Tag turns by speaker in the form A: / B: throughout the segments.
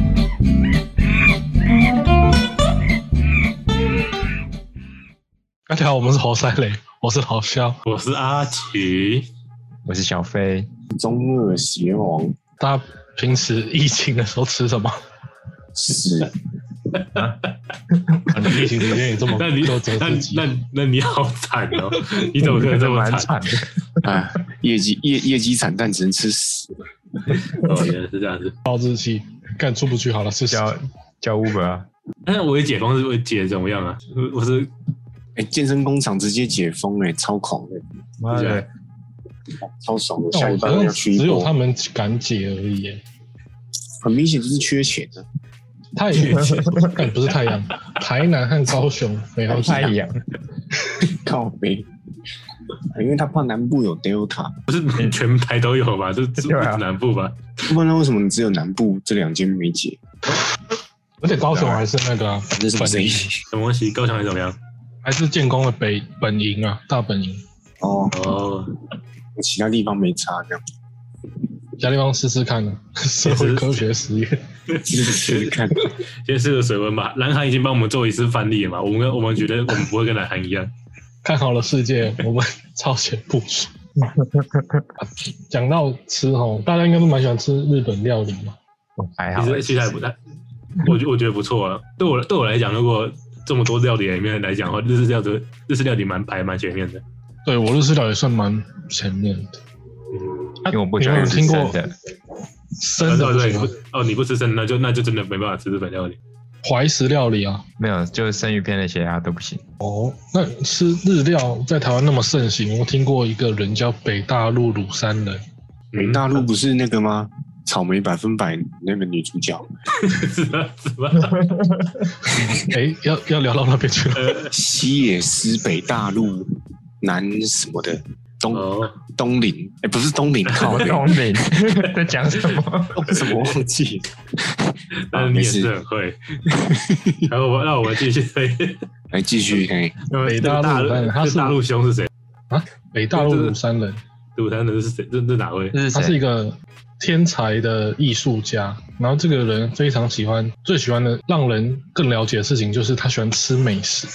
A: 大家好，啊我们是侯赛雷，我是老肖，
B: 我是阿奇，
C: 我是小飞，
D: 中二邪王
A: 大家平时疫情的时候吃什么？
D: 是
A: 啊你疫情期间也这么
B: 那你
A: 苛责
B: 那
A: 自己，
B: 那那你好惨 哦，你怎么可以这么
C: 蛮
B: 惨？
C: 惨的。
D: 啊，业绩业业绩惨淡，只能吃屎。
B: 哦，原来是这样子。
A: 干出不去好了，是
C: 叫叫 Uber 啊，
B: 但是我的解封是我解得怎么样啊？我我是
D: 哎、健身工厂直接解封、哎，超狂的、
C: 妈的，
D: 超爽的。
A: 但
D: 下
A: 我
D: 一班
A: 哦好像
D: 要去一
A: 只有他
D: 波，
A: 们敢解而已耶。
D: 很明显就是缺钱啊。
A: 太阳， 但不是太阳，台南和高雄没有
C: 太阳，
D: 靠背，因为他怕南部有 Delta，
B: 不是全台都有吧？这这
C: 对啊
B: 南部吧？
D: 不然为什么只有南部这两间没解？
A: 而且高雄还是那个啊
D: 这是什么
A: 本
D: 声音
A: 营，？
B: 什么东西？高雄还是怎么样？
A: 还是建工的北本营啊，大本营。
D: 哦，
B: 哦，
D: 其他地方没差这样，
A: 其他地方试试看呢， 社会科学实验。
D: 试试看。
B: 先试个水温吧。南韩已经帮我们做一次范例了嘛？我们跟我们觉得我们不会跟南韩一 样。
A: 看好了世 界，我们超前部署。讲到吃吼，大家应该都蛮喜欢吃日本料理嘛。
C: 还好
B: 其实其实还不太，我觉我觉得不错啊。对我对我来讲，如果这么多料理里面来讲的话，日式料理日式料理蛮排蛮前面的。
A: 对我日式料理算蛮前面的。
C: 嗯
A: 啊
C: 因为我不
A: 你
C: 喜
A: 有没
C: 欢
A: 有
C: 吃
A: 听过
C: 生的，
A: 生的
B: 哦
A: 不行
B: 对，你
A: 啊
B: 不哦你不吃生的，那就那就真的没办法吃日本料理。
A: 怀石料理啊。
C: 没有，就是生鱼片那些啊都不行。
A: 哦，那吃日料在台湾那么盛行，我听过一个人叫北大陆鲁山人，
D: 北大陆不是那个吗？草莓百分百那个女主角，
B: 是吧？是 吧？
A: 哎，要要聊到那边 去了。
D: 西野是北大陆南什么的东、
B: 哦，
D: 东林，哎、不是东林，靠
C: 我
D: 北
C: 懂你在讲 什么，
D: 什么忘记了？
B: 但
D: 啊
B: 是你也
D: 没事
B: 是很会。 然后我那我们继续。
D: 来哎继续，嘿，
A: 北大
B: 那个大
A: 陆
B: 陆，
A: 他
B: 那个
A: 是
B: 大陆兄是谁？
A: 北大陆鲁山人，
B: 鲁山人是谁？这这哪位？
C: 这是
A: 他是一
C: 谁？
A: 个天才的艺术家，然后这个人非常喜欢，最喜欢的让人更了解的事情就是他喜欢吃美食。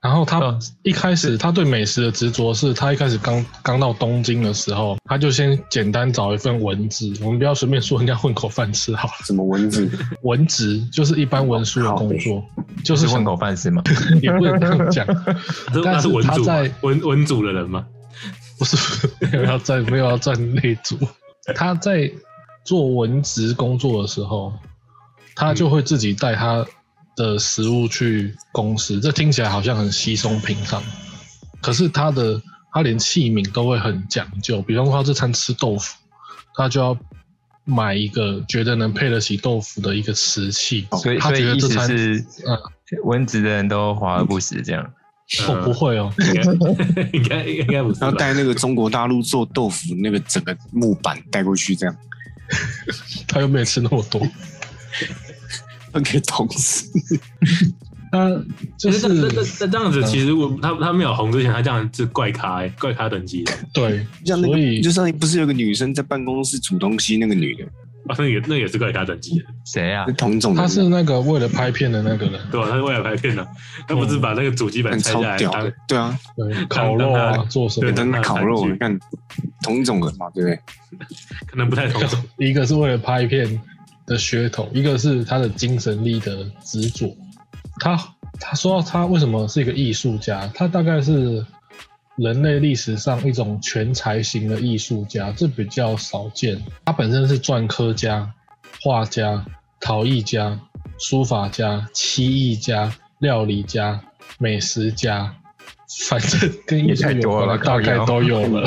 A: 然后他
C: 嗯
A: 一开始他对美食的执着是，他一开始刚刚到东京的时候，他就先简单找一份文职，我们不要随便说人家混口饭吃好了。
D: 什么蚊子？
A: 文职就是一般文书的工作，就是
C: 是
A: 想
C: 混口饭吃吗？
A: 也不能这样 讲，
B: 他是
A: 但
B: 他
A: 是
B: 是文
A: 他
B: 主
A: 在
B: 吗文文主的人吗？
A: 不是没有要站没有要站内组，他在做文职工作的时候，他就会自己带他的食物去公司，这听起来好像很稀松平常，可是他的他连器皿都会很讲究，比方说他这餐吃豆腐，他就要。买一个觉得能配得起豆腐的一个瓷器，
C: 所以
A: 他
C: 所
A: 觉
C: 以
A: 得
C: 意
A: 这
C: 思
A: 餐
C: 是
A: 嗯，
C: 文职的人都华而不实这样。
A: 我不会哦，
B: 应该呃 应该应该不是
D: 然
B: 吧？
D: 后带那个中国大陆做豆腐那个整个木板带过去，这样
A: 他又没有吃那么多，
D: 分给同事。
A: 他就
B: 那那那
A: 是
B: 那这样子，
A: 嗯
B: 其实我他他没有红之前，他这样是怪咖欸怪咖等级的。
A: 对，
D: 像那
A: 所以
D: 个，就像不是有个女生在办公室煮东西，那个女的
B: 啊，那也那也是怪咖等级的，
C: 谁啊
D: 是？同种的，
A: 他是那个为了拍片的那个人，
B: 对吧、他是为了拍片的，他不
A: 嗯
B: 是把那个主机板
D: 很
B: 拆
D: 超
B: 下来
D: 屌
B: 当
D: 的，对啊，
A: 对，烤肉啊，做什
B: 对
A: 么
B: 的
A: 的？
D: 等烤肉
B: 那，
D: 你看同种的嘛，对不对？
B: 可能不太同种。
A: 一个是为了拍片的噱头，一个是他的精神力的执着。他他说他为什么是一个艺术家？他大概是人类历史上一种全才型的艺术家，这比较少见。他本身是篆刻家、画家、陶艺家、书法家、漆艺家、料理家、美食家，反正跟艺术
C: 也太
A: 有
C: 多
A: 关
C: 了
A: 的大概
C: 靠腰
A: 都有了。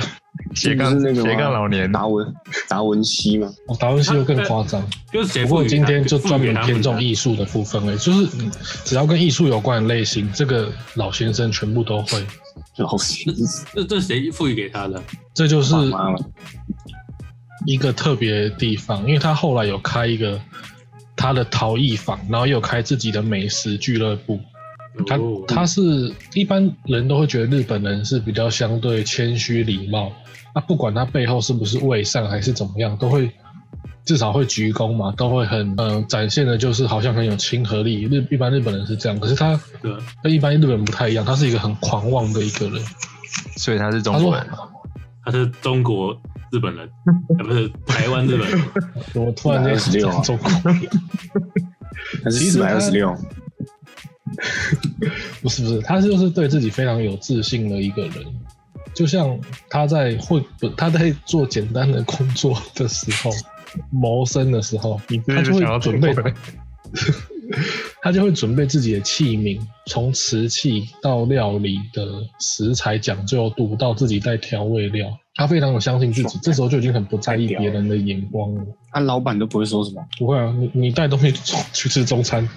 C: 斜杠
D: 就是那个吗
C: 斜杠老年，
D: 达文达文西嘛，
A: 哦，达文西又更夸张。
B: 就是谁
A: 不过
B: 赋予
A: 今
B: 他啊
A: 天就专门偏重。
B: 赋予
A: 艺术的部分了，就是嗯只要跟艺术有关的类型，这个老先生全部都会。
D: 然后是
B: 他这这谁赋予给他的？
A: 这就是
D: 妈妈嘛，
A: 一个特别的地方，因为他后来有开一个他的陶艺坊，然后也有开自己的美食俱乐部。他
B: 哦
A: 他是一般人都会觉得日本人是比较相对谦虚礼貌，那、不管他背后是不是位上还是怎么样，都会至少会鞠躬嘛，都会很呃展现的就是好像很有亲和力。日一般日本人是这样，可是他
B: 对啊，
A: 跟一般日本人不太一样，他是一个很狂妄的一个人。
C: 所以他是中
A: 他
C: 国
A: 说
C: 人嘛，
B: 他是中国日本人，啊、不是台湾日本人，
A: 我突然间
D: 126啊
A: 讲中国人，
D: 他是
A: 其
D: 四
A: 实他
D: 百二十六，
A: 不是不是，他就是对自己非常有自信的一个人。就像他在会不他在做简单的工作的时候，谋生的时候，他就会准备 他就会准备自己的器皿，从瓷器到料理的食材讲究度，到自己在调味料，他非常有相信自己，这时候就已经很不在意别人的眼光了。
D: 啊，老板都不会说什么。
A: 不会啊，你你带东西去吃中餐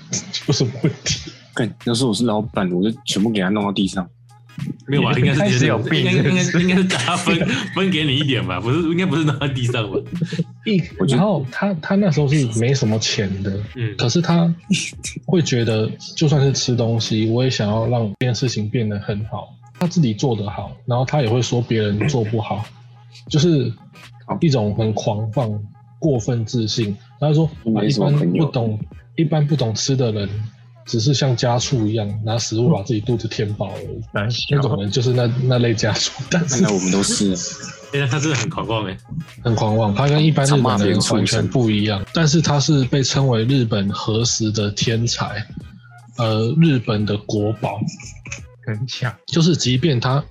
A: 有什么问题？
D: 干，要是我是老板，我就全部给他弄到地上。
B: 没有吧？应该是
C: 开
B: 直
C: 始
B: 接
C: 有病
B: 应该应该
C: 是不是
B: 应该是 打分分给你一点吧，不是应该不是拿在地上吧？
A: 一
D: 我觉得
A: 然后他他那时候是没什么钱的，
B: 嗯，
A: 可是他会觉得，就算是吃东西，我也想要让这件事情变得很好。他自己做得好，然后他也会说别人做不好，就是一种很狂放、过分自信。他就说，啊
D: 没
A: 一
D: 什么
A: 般
D: 朋友
A: 不懂，一般不懂吃的人，只是像家畜一样拿食物把自己肚子填饱而已。
C: 那
A: 那种人就是那那类家畜，但
D: 看
A: 是
D: 来我们都是
B: 哎、那他真的很狂妄哎、
A: 很狂妄，他跟一般日本人完全不一样，但是他是被称为日本核实的天才，呃，日本的国宝，
C: 很强，
A: 就是即便他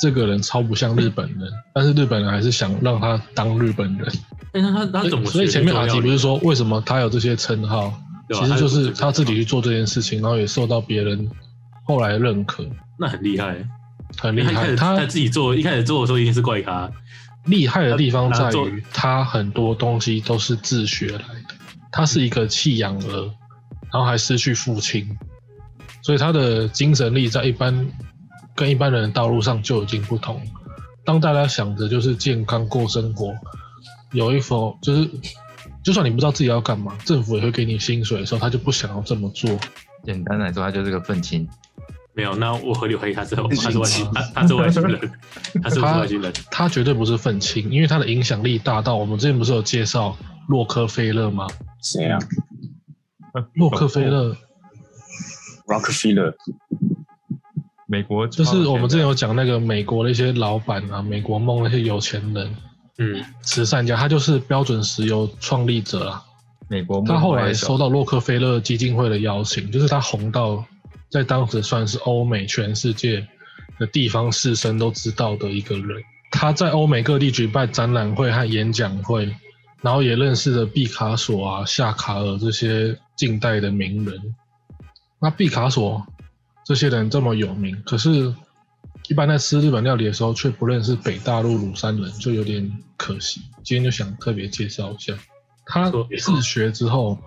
A: 这个人超不像日本人，但是日本人还是想让他当日本人。
B: 哎、那他他怎么学
A: 所以前面
B: 做
A: 阿
B: 料
A: 吉
B: 理
A: 不是说为什么他有这些称号，
B: 对啊
A: 其实就是
B: 他
A: 他
B: 有
A: 自己去做这件事情，然后也受到别人后来认可，
B: 那很厉害、欸，
A: 很
B: 因
A: 厉
B: 为他一开
A: 害。
B: 始
A: 他
B: 他自己做一开始做的时候一定是怪咖，
A: 厉害的地方在
B: 然后做
A: 于，他很多东西都是自学来的。他是一个弃养儿，然后还失去父亲，所以他的精神力在一般跟一般人的道路上就已经不同。当大家想着就是健康过生活，有一否就是，就算你不知道自己要干嘛，政府也会给你薪水的时候，他就不想要这么做。
C: 简单来说，他就是个愤青，
B: 没有，那我合理怀疑他是他是外星，他他是外星 人，他是不是外星人？
A: 他绝对不是愤青，因为他的影响力大到我们之前不是有介绍洛克菲勒吗？
D: 谁啊
A: 洛克菲勒
D: ？Rockefeller，
C: 美国
A: 就
C: 就是
A: 我们之前有讲那个美国的一些老板啊，美国梦那些有钱人、
B: 嗯，
A: 慈善家，他就是标准石油创立者啊。
C: 美国，
A: 他后来收到洛克菲勒基金会的邀请，就是他红到在当时算是欧美全世界的地方士绅都知道的一个人。他在欧美各地举办展览会和演讲会，然后也认识了毕卡索啊、夏卡尔这些近代的名人。那毕卡索这些人这么有名，可是，一般在吃日本料理的时候却不认识北大陆鲁山人，就有点可惜。今天就想特别介绍一下，他
B: 说
A: 自学之后，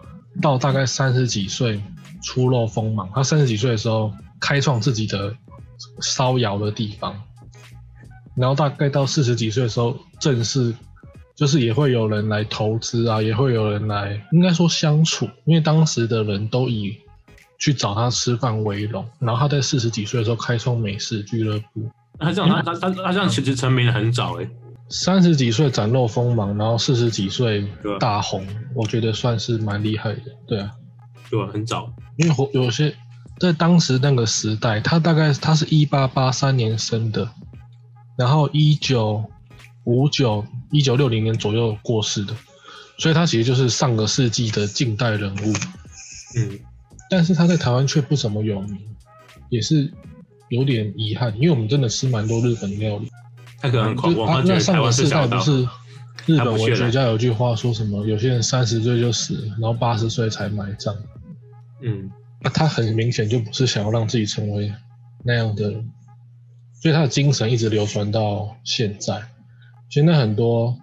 A: 到大概三十几岁出露锋芒。他三十几岁的时候开创自己的烧窑的地方，然后大概到四十几岁的时候，正式就是也会有人来投资啊，也会有人来，应该说相处，因为当时的人都以去找他吃饭为荣。然后他在四十几岁的时候开创美食俱乐部，
B: 那他这样他他他他这样其实成名的很早哎、
A: 三十几岁展露锋芒，然后四十几岁
B: 对啊
A: 大红，我觉得算是蛮厉害的，对啊。
B: 对吧？很早，
A: 因为活有些在当时那个时代，他大概他是一八八三年生的，然后一九五九一九六零年左右过世的，所以他其实就是上个世纪的近代人物。
B: 嗯，
A: 但是他在台湾却不怎么有名，也是有点遗憾，因为我们真的吃蛮多日本料理。
B: 他可能很狂
A: 就
B: 妄，
A: 啊
B: 他觉
A: 那
B: 得台
A: 上个
B: 湾
A: 世代
B: 小
A: 不
B: 岛，
A: 是日本
B: 他不屑
A: 文学
B: 了
A: 家有句话说什么？有些人三十岁就死了，然后八十岁才埋葬。
B: 嗯，
A: 那他很明显就不是想要让自己成为那样的人，所以他的精神一直流传到现在。现在很多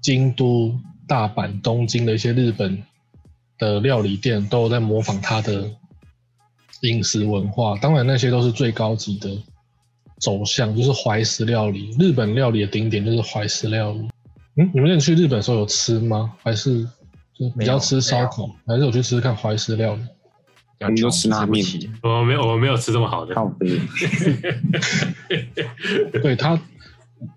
A: 京都、大阪、东京的一些日本的料理店都有在模仿他的饮食文化，当然那些都是最高级的走向，就是怀石料理。日本料理的顶点就是怀石料理。嗯，你们之前去日本的时候有吃吗？还是就比
C: 没
A: 较
C: 有
A: 吃烧烤，还是有去吃吃看怀石料理？
C: 要
D: 我们
C: 穷
D: 都吃拉面
C: 不起
B: 我没有我没有吃这么好的，
D: 靠背。
A: 对他，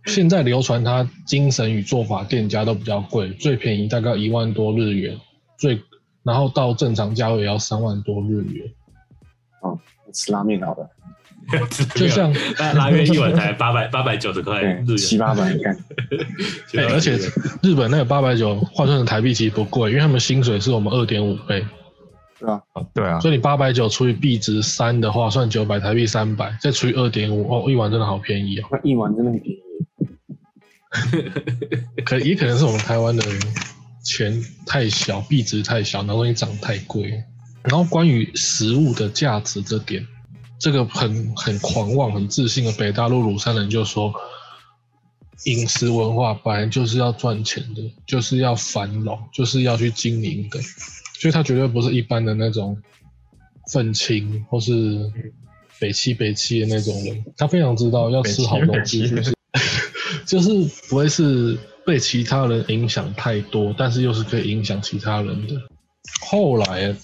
A: 现在流传他精神与做法店家都比较贵，最便宜大概一万多日元，最然后到正常价位也要三万多日元，
D: 吃拉面好了，
A: 就像
B: 拉拉面一碗 才八百八百九十块
D: 对
B: 日，
D: 七
B: 元，
D: 八百干，
A: 哎、而且日本那个八百九换算成台币其实不贵，因为他们薪水是我们二点五倍，
D: 对吧？
C: 哦对啊，
A: 所以你八百九除以币值三的话，算九百台币三百，再除以二点五，哦，一碗真的好便宜哦。
D: 那一碗真的很便宜，
A: 可也可能是我们台湾的钱太小，币值太小，然后东西涨太贵。然后关于食物的价值这点，这个很很狂妄、很自信的北大陆鲁山人就说，饮食文化本来就是要赚钱的，就是要繁荣，就是要去经营的，所以它绝对不是一般的那种愤青或是北七北七的那种人，他非常知道要吃好东西，
C: 北七北
A: 就是就是不会是被其他人影响太多，但是又是可以影响其他人的。后来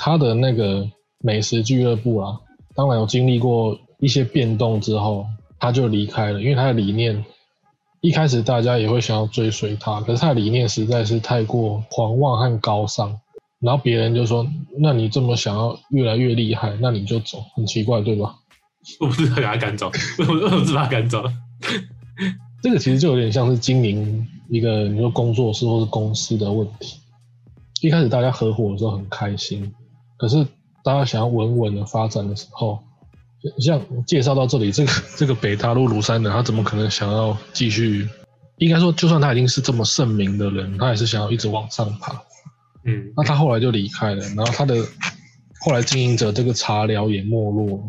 A: 他的那个美食俱乐部啊，当然有经历过一些变动之后，他就离开了，因为他的理念一开始大家也会想要追随他，可是他的理念实在是太过狂妄和高尚，然后别人就说：“那你这么想要越来越厉害，那你就走，很奇怪，对吧
B: 我不是把他赶走， 我我是把他赶走，？”
A: 这个其实就有点像是经营一个你说工作室或是公司的问题。一开始大家合伙的时候很开心，可是大家想要稳稳的发展的时候，像介绍到这里，这个这个北大陆庐山人，他怎么可能想要继续？应该说，就算他已经是这么盛名的人，他也是想要一直往上爬。
B: 嗯，
A: 那他后来就离开了，然后他的后来经营者这个茶寮也没落了，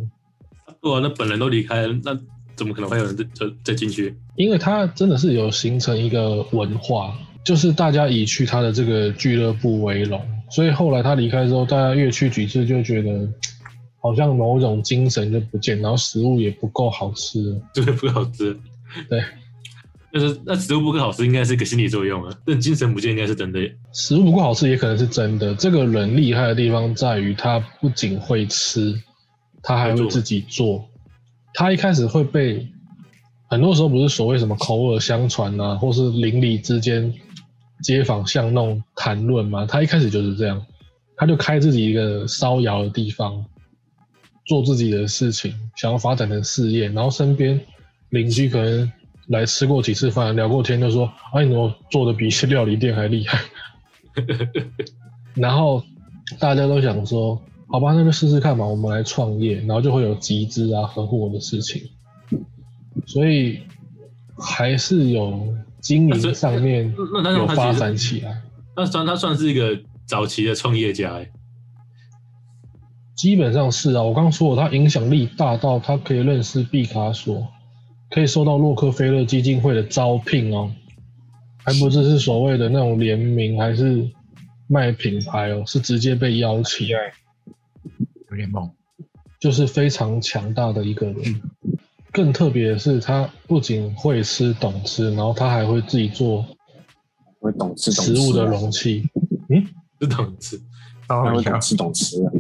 B: 对啊，那本人都离开了，那怎么可能会有人再再再进去？
A: 因为他真的是有形成一个文化，就是大家以去他的这个俱乐部为荣，所以后来他离开之后，大家越去几次就觉得嘖好像某种精神就不见，然后食物也不够好吃了，
B: 就是不好吃。
A: 对，
B: 但是那食物不够好吃，应该是个心理作用啊。但精神不健应该是真的。
A: 食物不够好吃也可能是真的。这个人厉害的地方在于，他不仅会吃，他还会自己做。他一开始会被很多时候不是所谓什么口耳相传啊，或是邻里之间、街坊巷弄谈论嘛。他一开始就是这样，他就开自己一个烧窑的地方，做自己的事情，想要发展成事业。然后身边邻居可能来吃过几次饭，聊过天，就说：“哎，你怎么做的比 料理店还厉害？”然后大家都想说，好吧，那就试试看嘛，我们来创业，然后就会有集资啊、合伙的事情，所以还是有经营上面
B: 啊那那
A: 有
B: 那
A: 发
B: 他
A: 展
B: 其实
A: 起来，
B: 他算他算是一个早期的创业家、欸，
A: 基本上是啊，我刚说了，他影响力大到他可以认识毕卡索，可以受到洛克菲勒基金会的招聘哦，还不只是所谓的那种联名，还是卖品牌哦，是直接被邀请。
C: 有点猛，
A: 就是非常强大的一个人。
D: 嗯
A: 更特别的是，他不仅会吃、懂吃，然后他还会自己做
D: 会懂吃懂
A: 食物的容器。
B: 是懂吃。
C: 超
D: 他会
C: 厉害
D: 懂，吃懂吃啊，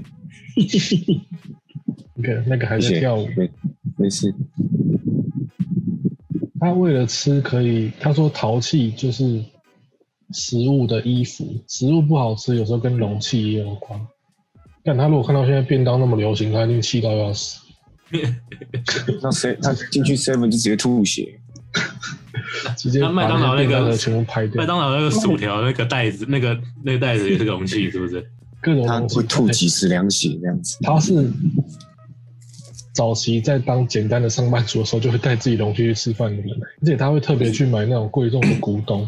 A: 那个那个还
D: 而
A: 在
D: 且
A: 跳舞，
D: 没没事，
A: 他为了吃可以，他说陶器就是食物的衣服，食物不好吃有时候跟容器也有关。但他如果看到现在便当那么流行，他一定气到要死。
D: 那谁他进去 seven 就直接吐血，
A: 直接
B: 那麦当劳
A: 把
B: 那个
A: 便当盒全部拍
B: 麦
A: 掉，
B: 当劳那个薯条那个袋子，那个那个袋子也是个容器，是不是？
A: 各种
D: 他
A: 东西
D: 会吐几十两血这样子。
A: 他是早期在当简单的上班族的时候，就会带自己东西去吃饭的人，而且他会特别去买那种贵重的古董，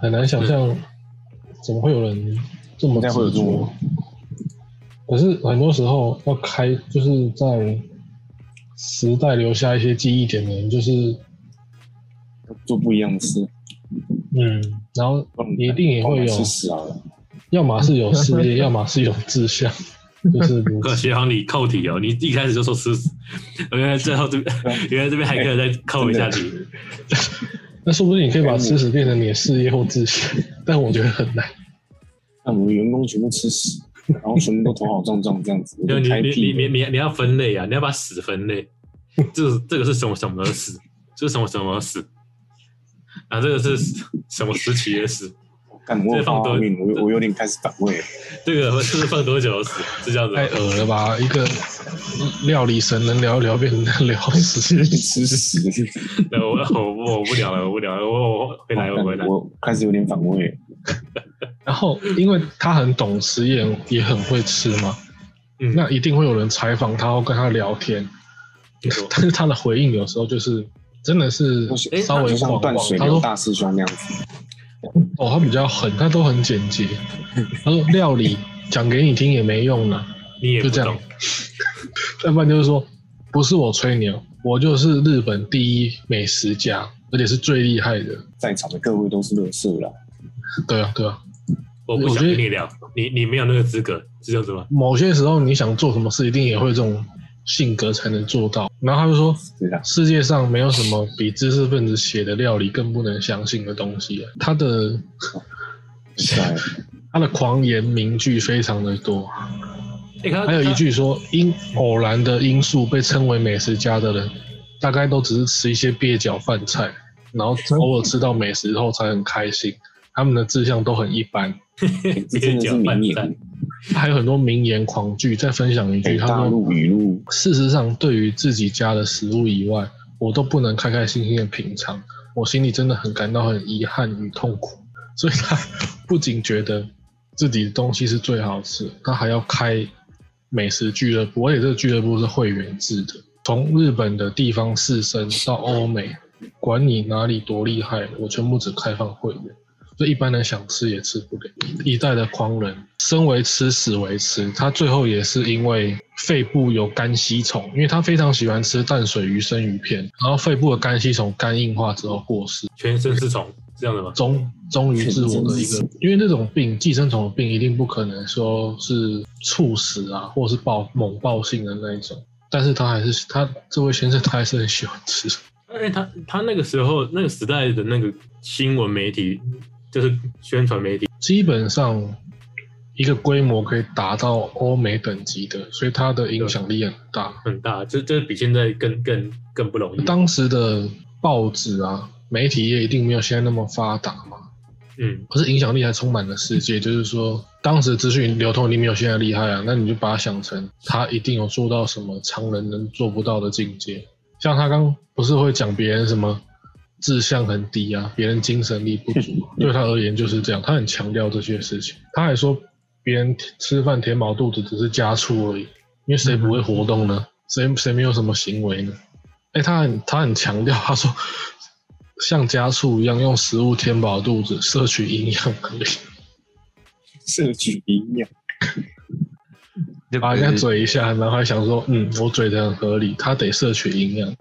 A: 很难想象怎么会有人这么
D: 应该会有
A: 执
D: 这
A: 着
D: 种。
A: 可是很多时候要开，就是在时代留下一些记忆点的人，就是
D: 做不一样的事，
A: 嗯，然后一定也会有，
D: 吃死好了。
A: 要么是有事业，要么是有志向，就是如
B: 可
A: 此。
B: 学行你扣题哦，你一开始就说吃屎，原来最后这边原来这边还可以再扣一下题。
A: 那说不定你可以把吃屎变成你的事业或志向， 但我觉得很难。
D: 那我们员工全部吃死，然后全部都头好重重这 样子，
A: 啊
B: 就你
D: 开
B: 你你
D: 辟
B: 你你你要分类啊，你要把屎分类，这这个是什么什么屎，这是什么什么屎，啊，这个是什么时期的事？
D: 干我有
B: 放
D: 发
B: 多
D: 命，我有我有点开始反胃了。
B: 这个是不是放多久的事？是这样子吗
A: 太？恶了吧！一个料理神能聊一聊变成聊死，
D: 吃屎！
B: 对我我我我不聊了，我不聊了，我我回来我回来
D: 干。我开始有点反胃了。
A: 然后因为他很懂吃，也也很会吃嘛，
B: 嗯，
A: 那一定会有人采访他，或跟他聊天。
B: 你说
A: 但是他的回应有时候就是真的是
B: 诶
A: 稍微
D: 哎就像
A: 晃晃
D: 断，水
A: 他
D: 流
A: 说
D: 大师兄那样子，
A: 哦，他比较狠，他都很简洁。他说料理讲给你听也没用呢，
B: 你也不
A: 就这
B: 懂
A: 样，要不然就是说不是我吹牛，我就是日本第一美食家，而且是最厉害的。
D: 在场的各位都是乐色啦。
A: 对啊，对啊。
B: 我不想
A: 我觉得
B: 跟你聊，你你没有那个资格，是这样子吗？
A: 某些时候你想做什么事，一定也会有这种性格才能做到。然后他就说，
D: 是啊，
A: 世界上没有什么比知识分子写的料理更不能相信的东西了。他的
D: 是啊，
A: 他的狂言名句非常的多，
B: 哎，他
A: 还有一，句说，因偶然的因素被称为美食家的人，大概都只是吃一些蹩脚饭菜，然后偶尔吃到美食后才很开心。他们的志向都很一般，
D: 诶啊这真的是名 言。
A: 还有很多名言狂句。再分享一句，
D: 北
A: 他
D: 哎大
A: 说
D: 陆语录，
A: 事实上，对于自己家的食物以外，我都不能开开心心的品尝，我心里真的很感到很遗憾与痛苦。所以他 不仅觉得自己的东西是最好吃，他还要开美食俱乐部，而且这个俱乐部是会员制的，从日本的地方士绅到欧美，管你哪里多厉害，我全部只开放会员。所以一般人想吃也吃不了。一代的狂人，生为吃，死为吃，他最后也是因为肺部有肝吸虫，因为他非常喜欢吃淡水鱼生鱼片，然后肺部的肝吸虫肝硬化之后过世，
B: 全身是虫，是这样子吗？
A: 终终于是我的一个，因为那种病，寄生虫的病一定不可能说是猝死啊，或是暴猛暴性的那一种。但是他还是他这位先生，他还是很喜欢吃。
B: 因哎为他他那个时候那个时代的那个新闻媒体，就是宣传媒体，
A: 基本上一个规模可以达到欧美等级的，所以它的影响力很大。
B: 很大，这这比现在更更更不容易。
A: 当时的报纸啊，媒体业一定没有现在那么发达嘛，
B: 嗯，
A: 可是影响力还充满了世界。就是说，当时资讯流通一定没有现在厉害啊，那你就把它想成他一定有做到什么常人能做不到的境界。像他刚不是会讲别人什么志向很低啊，别人精神力不足啊，对他而言就是这样。他很强调这些事情，他还说别人吃饭填饱肚子只是家畜而已，因为谁不会活动呢？谁谁没有什么行为呢？哎，他很他很强调，他说像家畜一样用食物填饱肚子，摄取营养而已，
D: 摄取营养，
C: 这
A: 把
C: 个
A: 人家
C: 是
A: 嘴一下，然后还想说，嗯，我嘴的很合理，他得摄取营养。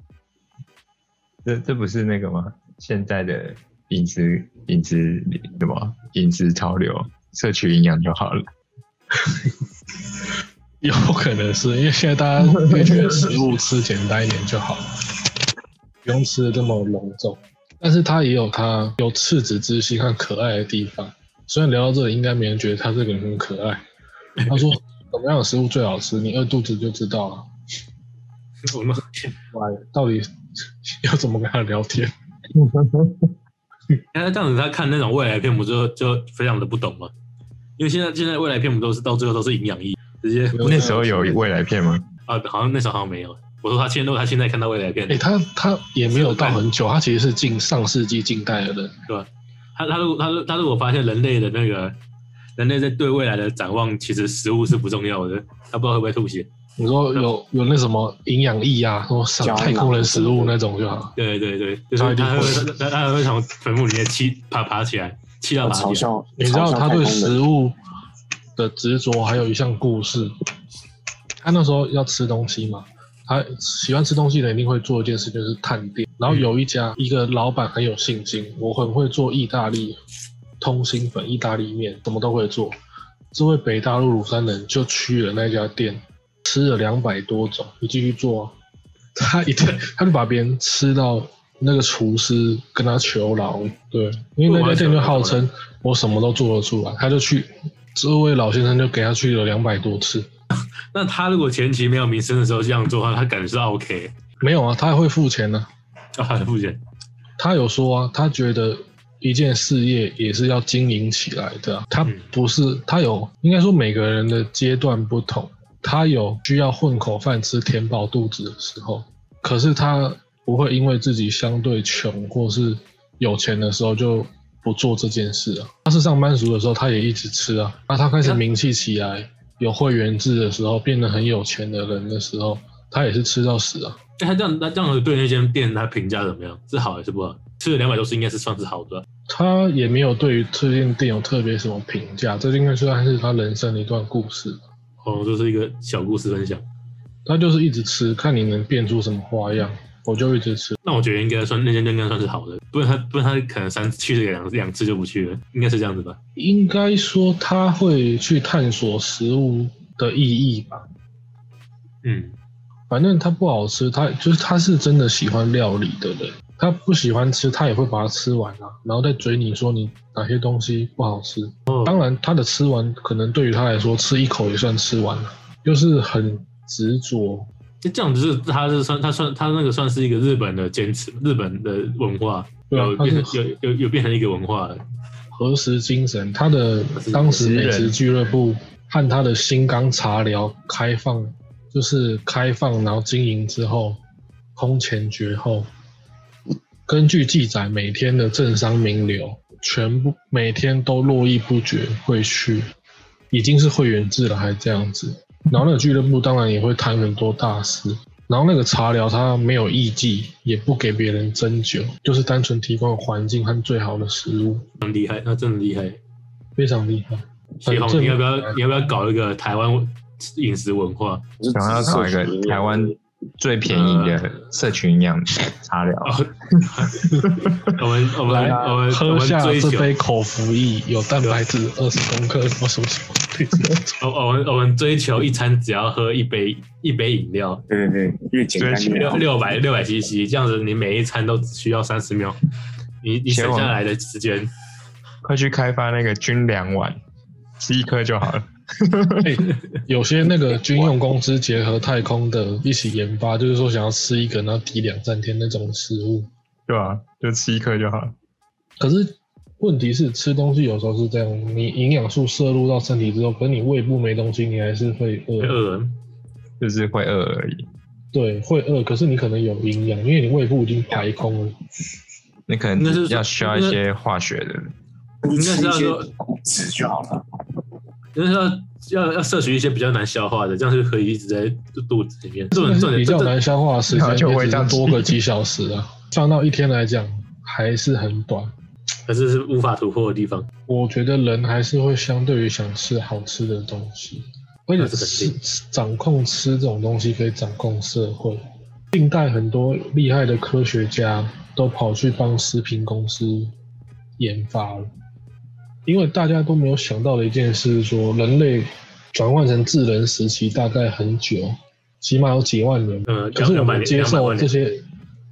C: 这这不是那个吗？现在的饮食饮食什么饮食潮流，摄取营养就好了。
A: 有可能是因为现在大家会觉得食物吃简单一点就好，不用吃的这么隆重。但是它也有它有赤子之心和可爱的地方。虽然聊到这里，应该没人觉得他这个人很可爱。他说：“怎么样的食物最好吃？你饿肚子就知道了。
B: 我们”
A: 哇，到底要怎么跟他聊 天？
B: 那这样子，他看那种未来片不就就非常的不懂嘛？因为现在现在未来片不都是到最后都是营养液，直接
C: 那时候有未来片吗？
B: 啊，好像那时候好像没有。我说他现在如果他现在看到未来片
A: 哎、，他他也没有到很久，他其实是近上世纪近代的人。
B: 对吧？他他如果他如他如果发现人类的那个人类在对未来的展望，其实食物是不重要的，他不知道会不会吐血。
A: 你说有有那什么营养液啊，什么上太空人食物那种就好。
B: 对对对，就是他会他 他他会从坟墓里面气爬爬起来，气到
D: 我
B: 爬起
D: 嘲
B: 来。
D: 笑，
A: 你知道
D: 嘲笑
A: 他
D: 太
A: 对
D: 空
A: 食
D: 人，
A: 物的执着，还有一项故事。他那时候要吃东西嘛，他喜欢吃东西的一定会做一件事，就是探店。然后有一家、一个老板很有信心，我很会做意大利通心粉、意大利面，什么都会做。这位北大陆鲁山人就去了那家店，吃了两百多种，你继续做、啊。他一定，他就把别人吃到那个厨师跟他求饶，对，因为那家店就号称我什么都做得出来，他就去，这位老先生就给他去了两百多次，
B: 那他如果前期没有名声的时候这样做的话，他感觉是 OK
A: 没有啊，他还会付钱呢、
B: 啊，他很付钱。
A: 他有说啊，他觉得一件事业也是要经营起来的啊、它
B: 嗯
A: 不是，它有应该说每个人的阶段不同，他有需要混口饭吃、填饱肚子的时候，可是他不会因为自己相对穷或是有钱的时候就不做这件事啊。他是上班族的时候，他也一直吃啊。那他开始名气起来，有会员制的时候，变得很有钱的人的时候，他也是吃到死啊。
B: 那哎他这样，那这样的便利店店他评价怎么样？是好还是不好？吃了两百多次，应该是算是好的吧。
A: 他也没有对于这间店有特别什么评价，这应该算是他人生的一段故事。
B: 哦，这是一个小故事分享。
A: 他就是一直吃，看你能变出什么花样，我就一直吃。
B: 那我觉得应该算那间店应该算是好的，不然他不然他可能三次去了两两次就不去了，应该是这样子吧。
A: 应该说他会去探索食物的意义吧。
B: 嗯，
A: 反正他不好吃，他就是他是真的喜欢料理的人，他不喜欢吃，他也会把它吃完啊，然后再嘴你说你哪些东西不好吃。
B: 哦
A: 当然，他的吃完可能对于他来说吃一口也算吃完了，就是很执着。
B: 那这样子是他是算他算他那个算是一个日本的坚持，日本的文化
A: 对啊
B: 有
A: 他
B: 变
A: 是
B: 成有有有变成一个文化了。
A: 核实精神，他的当时美食俱乐部和他的新港茶寮开放，就是开放然后经营之后，空前绝后。根据记载，每天的政商名流全部每天都络绎不绝会去，已经是会员制了还这样子。然后那个俱乐部当然也会摊很多大师，然后那个茶寮它没有艺妓，也不给别人针灸，就是单纯提供环境和最好的食物。
B: 很厉害，那真的厉害。
A: 非常厉害。
B: 徐
A: 很
B: 宏，
A: 正
B: 你要不
A: 常
B: 要你要不要搞一个台湾饮食文化？
C: 想要搞一个台湾最便宜
A: 嗯
C: 的社群营养茶疗，
B: 哦，我们我们我们我
A: 喝
B: 们
A: 下
B: 追
A: 这
B: 求，
A: 杯口服液，有蛋白质二十公克，什么什么什么对这个
B: 我我们我们追求一餐只要喝一杯一杯饮料，
D: 对对对，越简单越
B: 六
D: 好。
B: 六百六百 CC，这样子你每一餐都只需要三十秒，你你
C: 前
B: 省
C: 往
B: 下来的时间，
C: 快去开发那个军粮丸，吃一颗就好了。
A: 哎有些那个军用公司结合太空的一起研发，就是说想要吃一个，然后抵两三天那种食物。
C: 对吧、就吃一颗就好了。
A: 可是问题是，吃东西有时候是这样，你营养素摄入到身体之后，可是你胃部没东西，你还是会
B: 会
A: 饿。
B: 饿人。
C: 就是会饿而已。
A: 对，会饿，可是你可能有营养，因为你胃部已经排空了。
C: 你可能
B: 那是
C: 只要需要一些化学的，
D: 你
B: 应该
D: 吃
B: 是
D: 一
B: 要
D: 些
B: 说
D: 谷子就好了。
B: 就是要要要摄取一些比较难消化的，这样就可以一直在肚子里面。这种
A: 但
B: 重
A: 是
B: 点
A: 比
B: 这
A: 较
B: 这
A: 难消化的时
C: 然
A: 间
C: 后就
A: 也
C: 会
A: 只
C: 这样
A: 是
C: 子
A: 多个几小时啊，放到一天来讲还是很短。
B: 可是是无法突破的地方。
A: 我觉得人还是会相对于想吃好吃的东西，而且
B: 那是
A: 吃
B: 肯定
A: 吃掌控吃这种东西可以掌控社会。近代很多厉害的科学家都跑去帮食品公司研发了，因为大家都没有想到的一件事是说，人类转换成智能时期大概很久，起码有几万年。
B: 嗯，
A: 可是我
B: 两百
A: 们
B: 年
A: 接
B: 两百
A: 受
B: 万
A: 这
B: 年，
A: 些，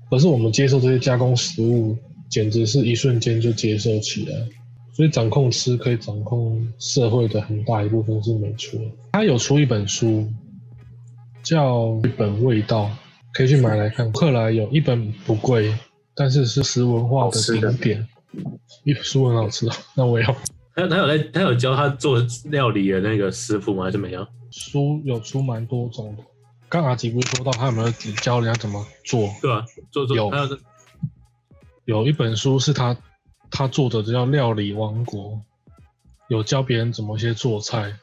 A: 可是我们接受这些加工食物，简直是一瞬间就接受起来。所以掌控吃可以掌控社会的很大一部分是没错。他有出一本书，叫《日本味道》，可以去买来看。克莱有一本不贵，但是是食文化
D: 好
A: 的
D: 吃的
A: 经典。一本书很好吃啊，那我要
B: 他他有在他有教他做料理的那个食谱吗？还是怎么样？
A: 书有出蛮多种的。刚阿吉不是说到他有没有只教人家怎么做？
B: 对吧、做做
A: 有
B: 他有
A: 有一本书是他他做的叫《料理王国》，有教别人怎么些做菜，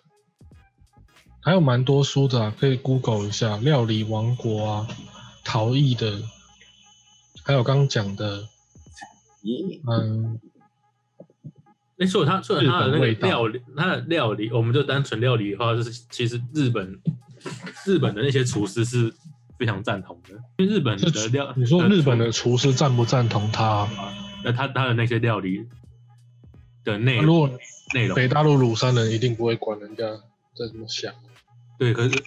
A: 还有蛮多书的、啊，可以 Google 一下《料理王国》啊，陶艺的，还有刚讲的，
D: 咦，
A: 嗯，
B: 哎，所以他所以他的那
A: 日本
B: 个
A: 味道
B: 料理，他的料理，我们就单纯料理的话，就是其实日本日本的那些厨师是非常赞同的，因为日本的料，
A: 你说日本
B: 厨
A: 的厨师赞不赞同他啊、
B: 那他他的那些料理的内
A: 啊如果
B: 内容，
A: 北大陆鲁山人一定不会管人家在怎么想，
B: 对，可是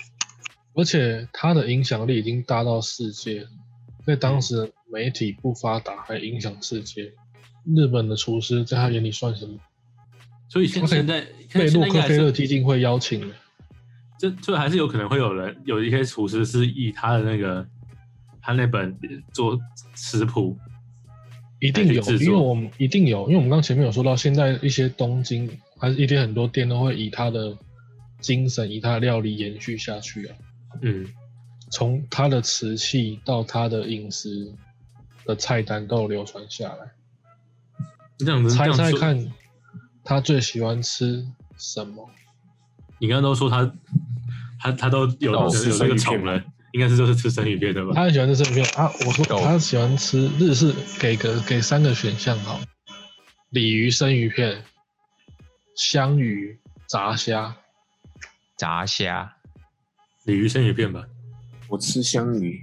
A: 而且他的影响力已经大到世界，在当时媒体不发达还影响世界，日本的厨师在他眼里算什么？
B: 所以现
A: 我可以
B: 现在
A: 被
B: 现
A: 洛
B: 在应
A: 克
B: 该还
A: 菲勒
B: 是
A: 基金会邀请的，
B: 这这还是有可能会有人有一些厨师是以他的那个他那本做食谱
A: 一定有
B: 还可以，制
A: 因
B: 作
A: 为我们一定有，因为我们刚前面有说到，现在一些东京还是一定很多店都会以它的精神，以它的料理延续下去啊。
B: 嗯，
A: 从它的瓷器到它的饮食的菜单都有流传下来。
B: 这样子
A: 猜
B: 嗯这样
A: 猜
B: 说
A: 看，他最喜欢吃什么？
B: 你刚刚都说他他他都有
C: 哦
B: 有
D: 吃
B: 有
D: 生
B: 那
D: 鱼
B: 个
D: 片
B: 虫
D: 吗
B: 了，应该是就是吃生鱼片的吧？
A: 他很喜欢吃生鱼片啊！我说
C: 豆腐
A: 他喜欢吃日式，给个给三个选项好，鲤鱼生鱼片、香鱼、炸虾。
C: 炸虾，
B: 鲤鱼生鱼片吧？
D: 我吃香鱼，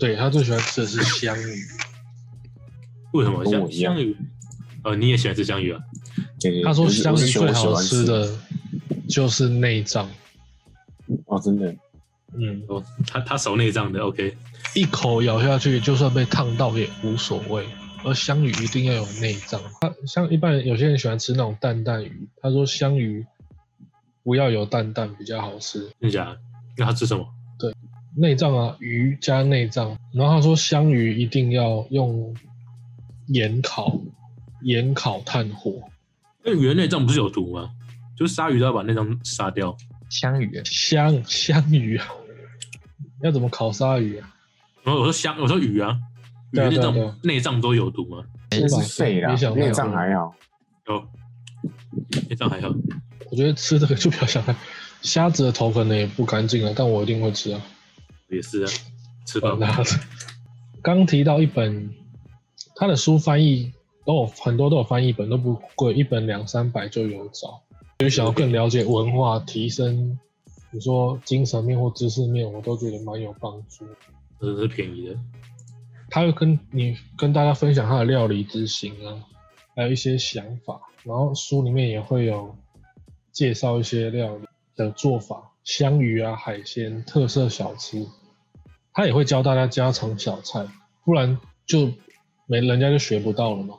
A: 对他最喜欢吃的是香鱼，
B: 为什么
D: 跟
B: 香
D: 我一样
B: 香鱼？呃，你也喜欢吃香鱼啊？
D: 对对对
A: 他说
D: 我是
A: 香
D: 我
A: 鱼
D: 是喜欢
A: 最好
D: 我喜
A: 吃
D: 欢
A: 的就是内脏，
D: 哦，真的，
A: 嗯，
B: 哦，他他熟内脏的，OK，
A: 一口咬下去就算被烫到也无所谓。而香鱼一定要有内脏，他像一般人有些人喜欢吃那种蛋蛋鱼，他说香鱼不要有蛋蛋比较好吃，
B: 真假的？那他吃什么？
A: 内脏啊，鱼加内脏。然后他说香鱼一定要用盐烤，盐烤炭火。
B: 那鱼的内脏不是有毒吗？就是鲨鱼都要把内脏杀掉。
C: 香鱼，
A: 香香鱼啊，要怎么烤鲨鱼啊？
B: 然后我说香，我说鱼啊，鱼
A: 对啊
B: 内
A: 对啊
B: 脏
A: 对啊
B: 内脏都有毒吗？
D: 那是肺啦
A: 你想，
D: 内脏还好，
B: 有，内脏还好。
A: 我觉得吃这个就比较想看。虾子的头可能也不干净啊，但我一定会吃啊。
B: 也是啊，吃
A: 管
B: 饭吧。
A: 他的刚提到一本，他的书翻译都有很多都有翻译本，都不贵，一本两三百就有找。所以想要更了解文化，提升你说精神面或知识面，我都觉得蛮有帮助。
B: 真的是便宜的。
A: 他会跟你跟大家分享他的料理之行啊，还有一些想法，然后书里面也会有介绍一些料理的做法，香鱼啊、海鲜、特色小吃，他也会教大家家常小菜，不然就没人家就学不到了嘛。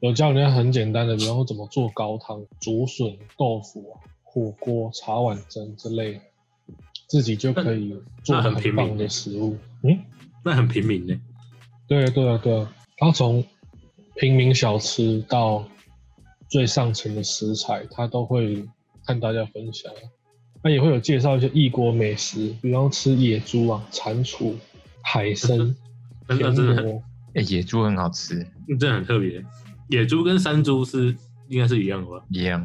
A: 有教人家很简单的，比方说怎么做高汤、竹笋、豆腐啊、火锅、茶碗蒸之类的，自己就可以做
B: 那很
A: 很
B: 平
A: 棒
B: 民
A: 的
B: 耶
A: 食物。嗯。
B: 那很平民呢、
A: 对啊，对啊，对啊，他从平民小吃到最上层的食材，他都会和大家分享。啊他也会有介绍一些异国美食，比方吃野猪啊、蟾蜍、海参、
B: 那
A: 田
B: 那 真的很，
A: 螺。
C: 哎、野猪很好吃，
B: 那真的很特别。野猪跟山猪是应该是一样的吧？
C: 一样。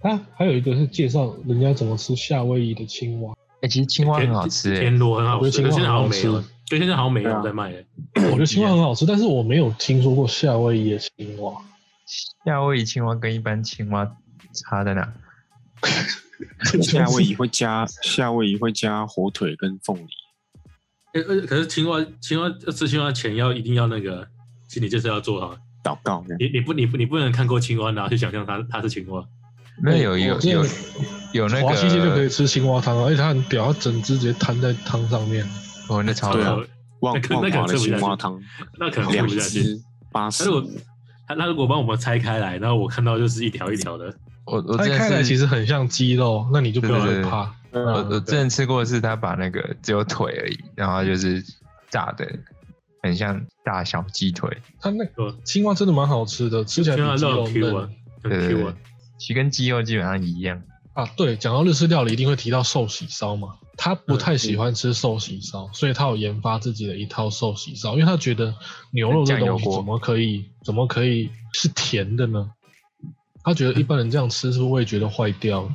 A: 啊，还有一个是介绍人家怎么吃夏威夷的青蛙，
C: 哎、其实青蛙很好吃、哎，
B: 田螺很好
A: 我
B: 吃，
A: 觉
B: 可
A: 得
B: 是现
A: 青
B: 在
A: 蛙
B: 好
A: 很好
B: 像没
A: 吃啊
B: 有，对，现在好像没有在卖了。
A: 我觉得青蛙很好吃，但是我没有听说过夏威夷的青蛙。
C: 夏威夷青蛙跟一般青蛙差在哪？
D: 夏威夷会加夏威夷会加火腿跟凤梨，
B: 欸而且可是青蛙，青蛙要吃青蛙前要一定要那个心理建设要做好。
D: 祷告这样。
B: 你你不你不你不能看过青蛙，然后去想象它它是青蛙。
C: 没有有
A: 我
C: 有
A: 之前
C: 有有那
A: 华西街就可以
C: 个，
A: 吃青蛙汤啊，而且它很屌，它整只直接摊在汤上面。
C: 哦，那超
D: 对啊
B: 然
C: 好。
B: 后
D: 万
B: 那可
D: 万
B: 那可
D: 华
B: 吃不
D: 的
B: 下
D: 青蛙
B: 去
D: 汤，
B: 那可能吃
D: 两
B: 不下去。
D: 只八
B: 他
D: 十
B: 如，果他他如果帮我们拆开来，然后我看到就是一条一条的，
C: 我我
A: 它
C: 之
A: 看起
C: 前是
A: 来其实很像鸡肉，那你就不要
C: 对对
A: 很
C: 对
A: 怕。
C: 我
A: 嗯
C: 我之前吃过的是他把那个只有腿而已，然后就是炸的，很像大小鸡腿。
A: 它那
B: 对
A: 青蛙真的蛮好吃的，吃起来
B: 青蛙
A: 比鸡
B: 肉
A: 肉
B: 很 Q 啊
A: 嫩，
B: 很
C: 对对
B: Q
C: 对
B: 啊。，
C: 其实跟鸡肉基本上一样。
A: 啊。对，讲到日式料理，一定会提到寿喜烧嘛。他不
C: 嗯
A: 太喜欢吃寿喜烧，所以他有研发自己的一套寿喜烧，因为他觉得牛肉这
C: 酱油
A: 东西
C: 锅
A: 怎么可以怎么可以是甜的呢？他觉得一般人这样吃是不是味觉都坏掉了，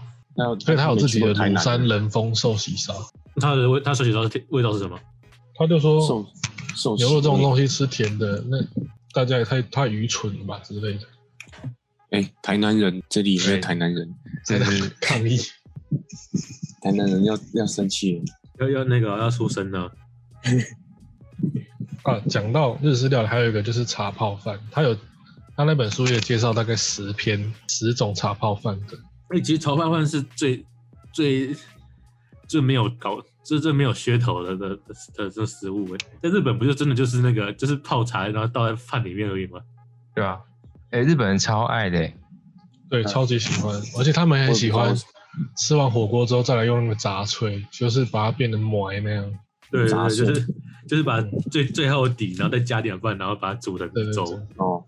A: 所以他有自己的
D: 台
A: 庐
D: 南
A: 山人风寿喜烧。
B: 它的味，它手起烧的味道是什么？
A: 他就说
D: 寿寿
A: 哦牛肉这种
D: 西，
A: 东西吃甜的，那大家也太太愚蠢了吧之类的，
D: 哎，台南人这里有没有
C: 对
D: 台南人？
C: 这是
A: 抗议。
D: 台南人要要生气了，
B: 要要那个要出声的，
A: 啊，讲到日式料理，还有一个就是茶泡饭，它有它那本书也介绍大概十篇十种茶泡饭的，
B: 哎，其实炒饭饭是最最最没有搞，最最没有噱头的的的的这食物哎，在日本不就真的就是那个就是泡茶，然后倒在饭里面而已吗？
C: 对吧、哎、日本人超爱的、
A: 对，超级喜欢，而且他们也很喜欢吃完火锅之后再来用那个炸炊，就是把它变成馍那样。
B: 对对
D: 杂
B: 对，
D: 碎
B: 就是就是把最最后底，然后再加点饭，然后把它煮成
A: 对对
B: 粥。
A: 对
D: 哦，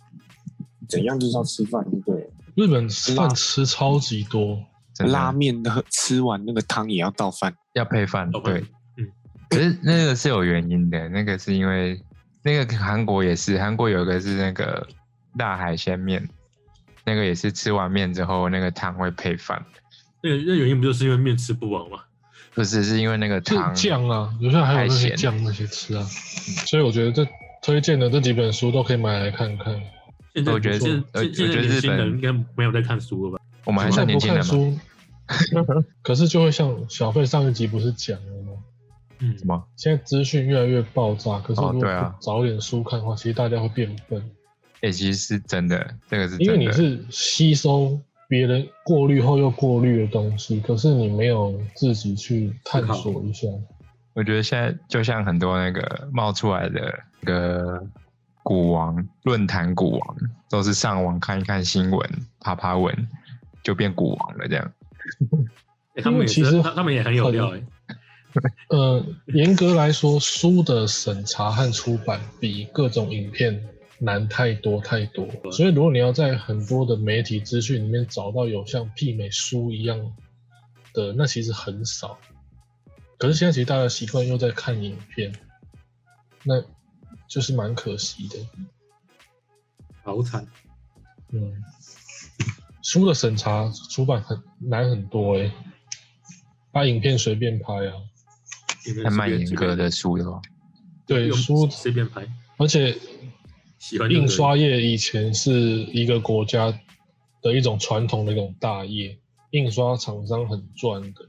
D: 怎样就是要吃饭，对不对？
A: 日本饭吃超级多，
C: 真的
D: 拉面的吃完那个汤也要倒饭，
C: 要配饭，
B: 要配
C: 对，
B: 嗯。
C: 可是那个是有原因的，那个是因为那个韩国也是，韩国有一个是那个大海鲜面，那个也是吃完面之后那个汤会配饭，
B: 那个那原因不就是因为面吃不完吗？
C: 不是是因为那个
A: 是
C: 汤
A: 酱啊，有时候还有那
C: 太咸
A: 些
C: 了
A: 酱那些吃啊。所以我觉得这推荐的这几本书都可以买来看看。
B: 现在
C: 我觉得
B: 现
C: 呃
B: 现现在
C: 我觉得
B: 年
C: 日
B: 轻人应
C: 本
B: 该没有在看书了吧？
C: 我们还
A: 现在
C: 算年
A: 不
C: 轻人
A: 看书，
C: 嘛？
A: 可是就会像小费上一集不是讲了吗？
B: 嗯
C: 什，么？
A: 现在资讯越来越爆炸，可是
C: 哦
A: 如果
C: 对啊
A: 不找点书看的话，其实大家会变笨，
C: 哎、其实是真的，这个是
A: 因为
C: 真
A: 你
C: 的。
A: 是吸收别人过滤后又过滤的东西，可是你没有自己去探索一下。
C: 我觉得现在就像很多那个冒出来的那个股王论坛股王，都是上网看一看新闻、爬爬文，就变股王了这样。
B: 欸他
A: 因
B: 们也
A: 为其
B: 是，
A: 实
B: 他他们也很有料哎、
A: 呃，严格来说，书的审查和出版比各种影片难太多太多。所以，如果你要在很多的媒体资讯里面找到有像媲美书一样的，那其实很少。可是现在其实大家的习惯又在看影片，那就是蛮可惜的。
B: 好惨。
A: 嗯，书的审查出版很难很多诶、欸把影片随便拍啊。
B: 因为
C: 还蛮
B: 随便
C: 严格的，书的话，
B: 随
A: 对，
B: 便
A: 书
B: 用随便拍，
A: 而且
B: 喜欢就可以
A: 印刷业以前是一个国家的一种传统的一种大业，印刷厂商很赚的，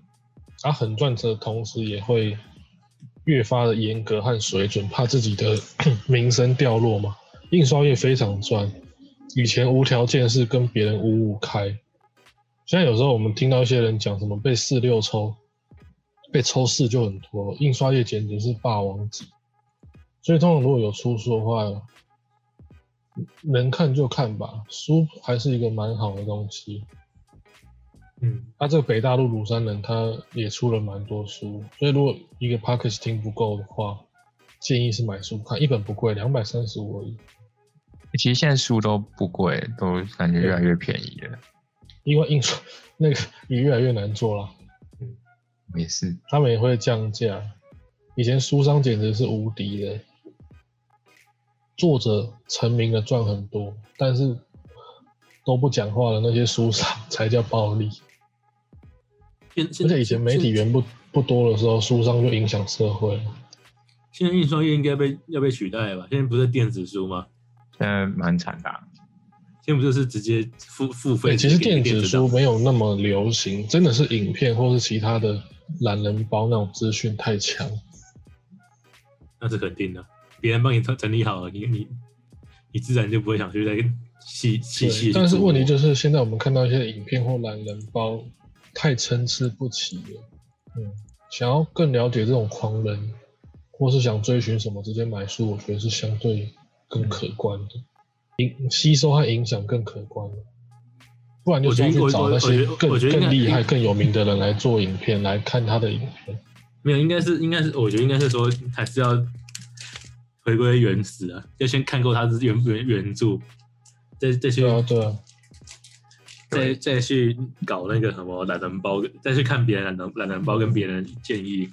A: 它、很赚的同时也会越发的严格和水准，怕自己的 名声掉落嘛。印刷业非常赚，以前无条件是跟别人五五开，现在有时候我们听到一些人讲什么被四六抽，被抽四就很多，印刷业简直是霸王级。所以通常如果有出书的话，能看就看吧，书还是一个蛮好的东西。
B: 嗯，
A: 那、这个北大陆鲁山人他也出了蛮多书，所以如果一个 p a c k a g e 听不够的话，建议是买书看，一本不贵，两百三十五而已。
C: 其实现在书都不贵，都感觉越来越便宜了。
A: 因为印刷那个也越来越难做了，
C: 也是，
A: 他们也会降价。以前书商简直是无敌的，作者成名了赚很多，但是都不讲话的那些书商 才叫暴利。
B: 现现
A: 而且以前媒体
B: 现
A: 源不不多的时候，书商就影响社会了。
B: 现在印刷业应该被要被取代了吧？现在不是电子书吗？
C: 现在蛮惨的啊、
B: 现在不就是直接付付费
A: 对，
B: 直
A: 其
B: 接
A: 实
B: 给
A: 电
B: 你电
A: 子
B: 档
A: 书没有那么流行，真的是影片或是其他的懒人包那种资讯太强。
B: 那是肯定的，别人帮你整整理好了，你你你自然就不会想去再细细
A: 对，
B: 细地去
A: 但是
B: 琢磨
A: 问题就是现在我们看到一些影片或懒人包太参差不齐了。嗯，想要更了解这种狂人，或是想追寻什么，直接买书，我觉得是相对更可观的，影吸收和影响更可观的。不然就是要去找那些
B: 我觉得
A: 更
B: 我觉得
A: 更厉害、
B: 应该
A: 更有名的人来做影片，来看他的影片。
B: 没有，应该是应该是，我觉得应该是说还是要回归原始啊，要先看够它的原原原著，再再去、
A: 对啊，对啊，
B: 再再去搞那个什么懒人包，再去看别人懒人懒人包跟别人建议，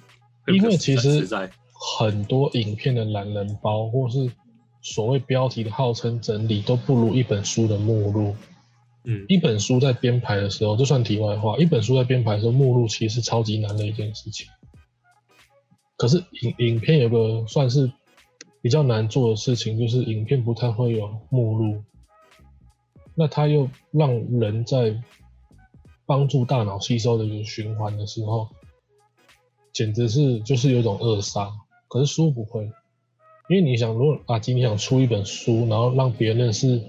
B: 会比
A: 因
B: 较
A: 为其
B: 实
A: 实
B: 在
A: 很多影片的懒人包，或是所谓标题的号称整理，都不如一本书的目录。
B: 嗯
A: 一本书在编排的时候，这算题外话。一本书在编排的时候，目录其实是超级难的一件事情。可是影影片有个算是比较难做的事情，就是影片不太会有目录，那它又让人在帮助大脑吸收的一个循环的时候，简直是就是有一种扼杀。可是书不会，因为你想，如果阿基你想出一本书，然后让别人认识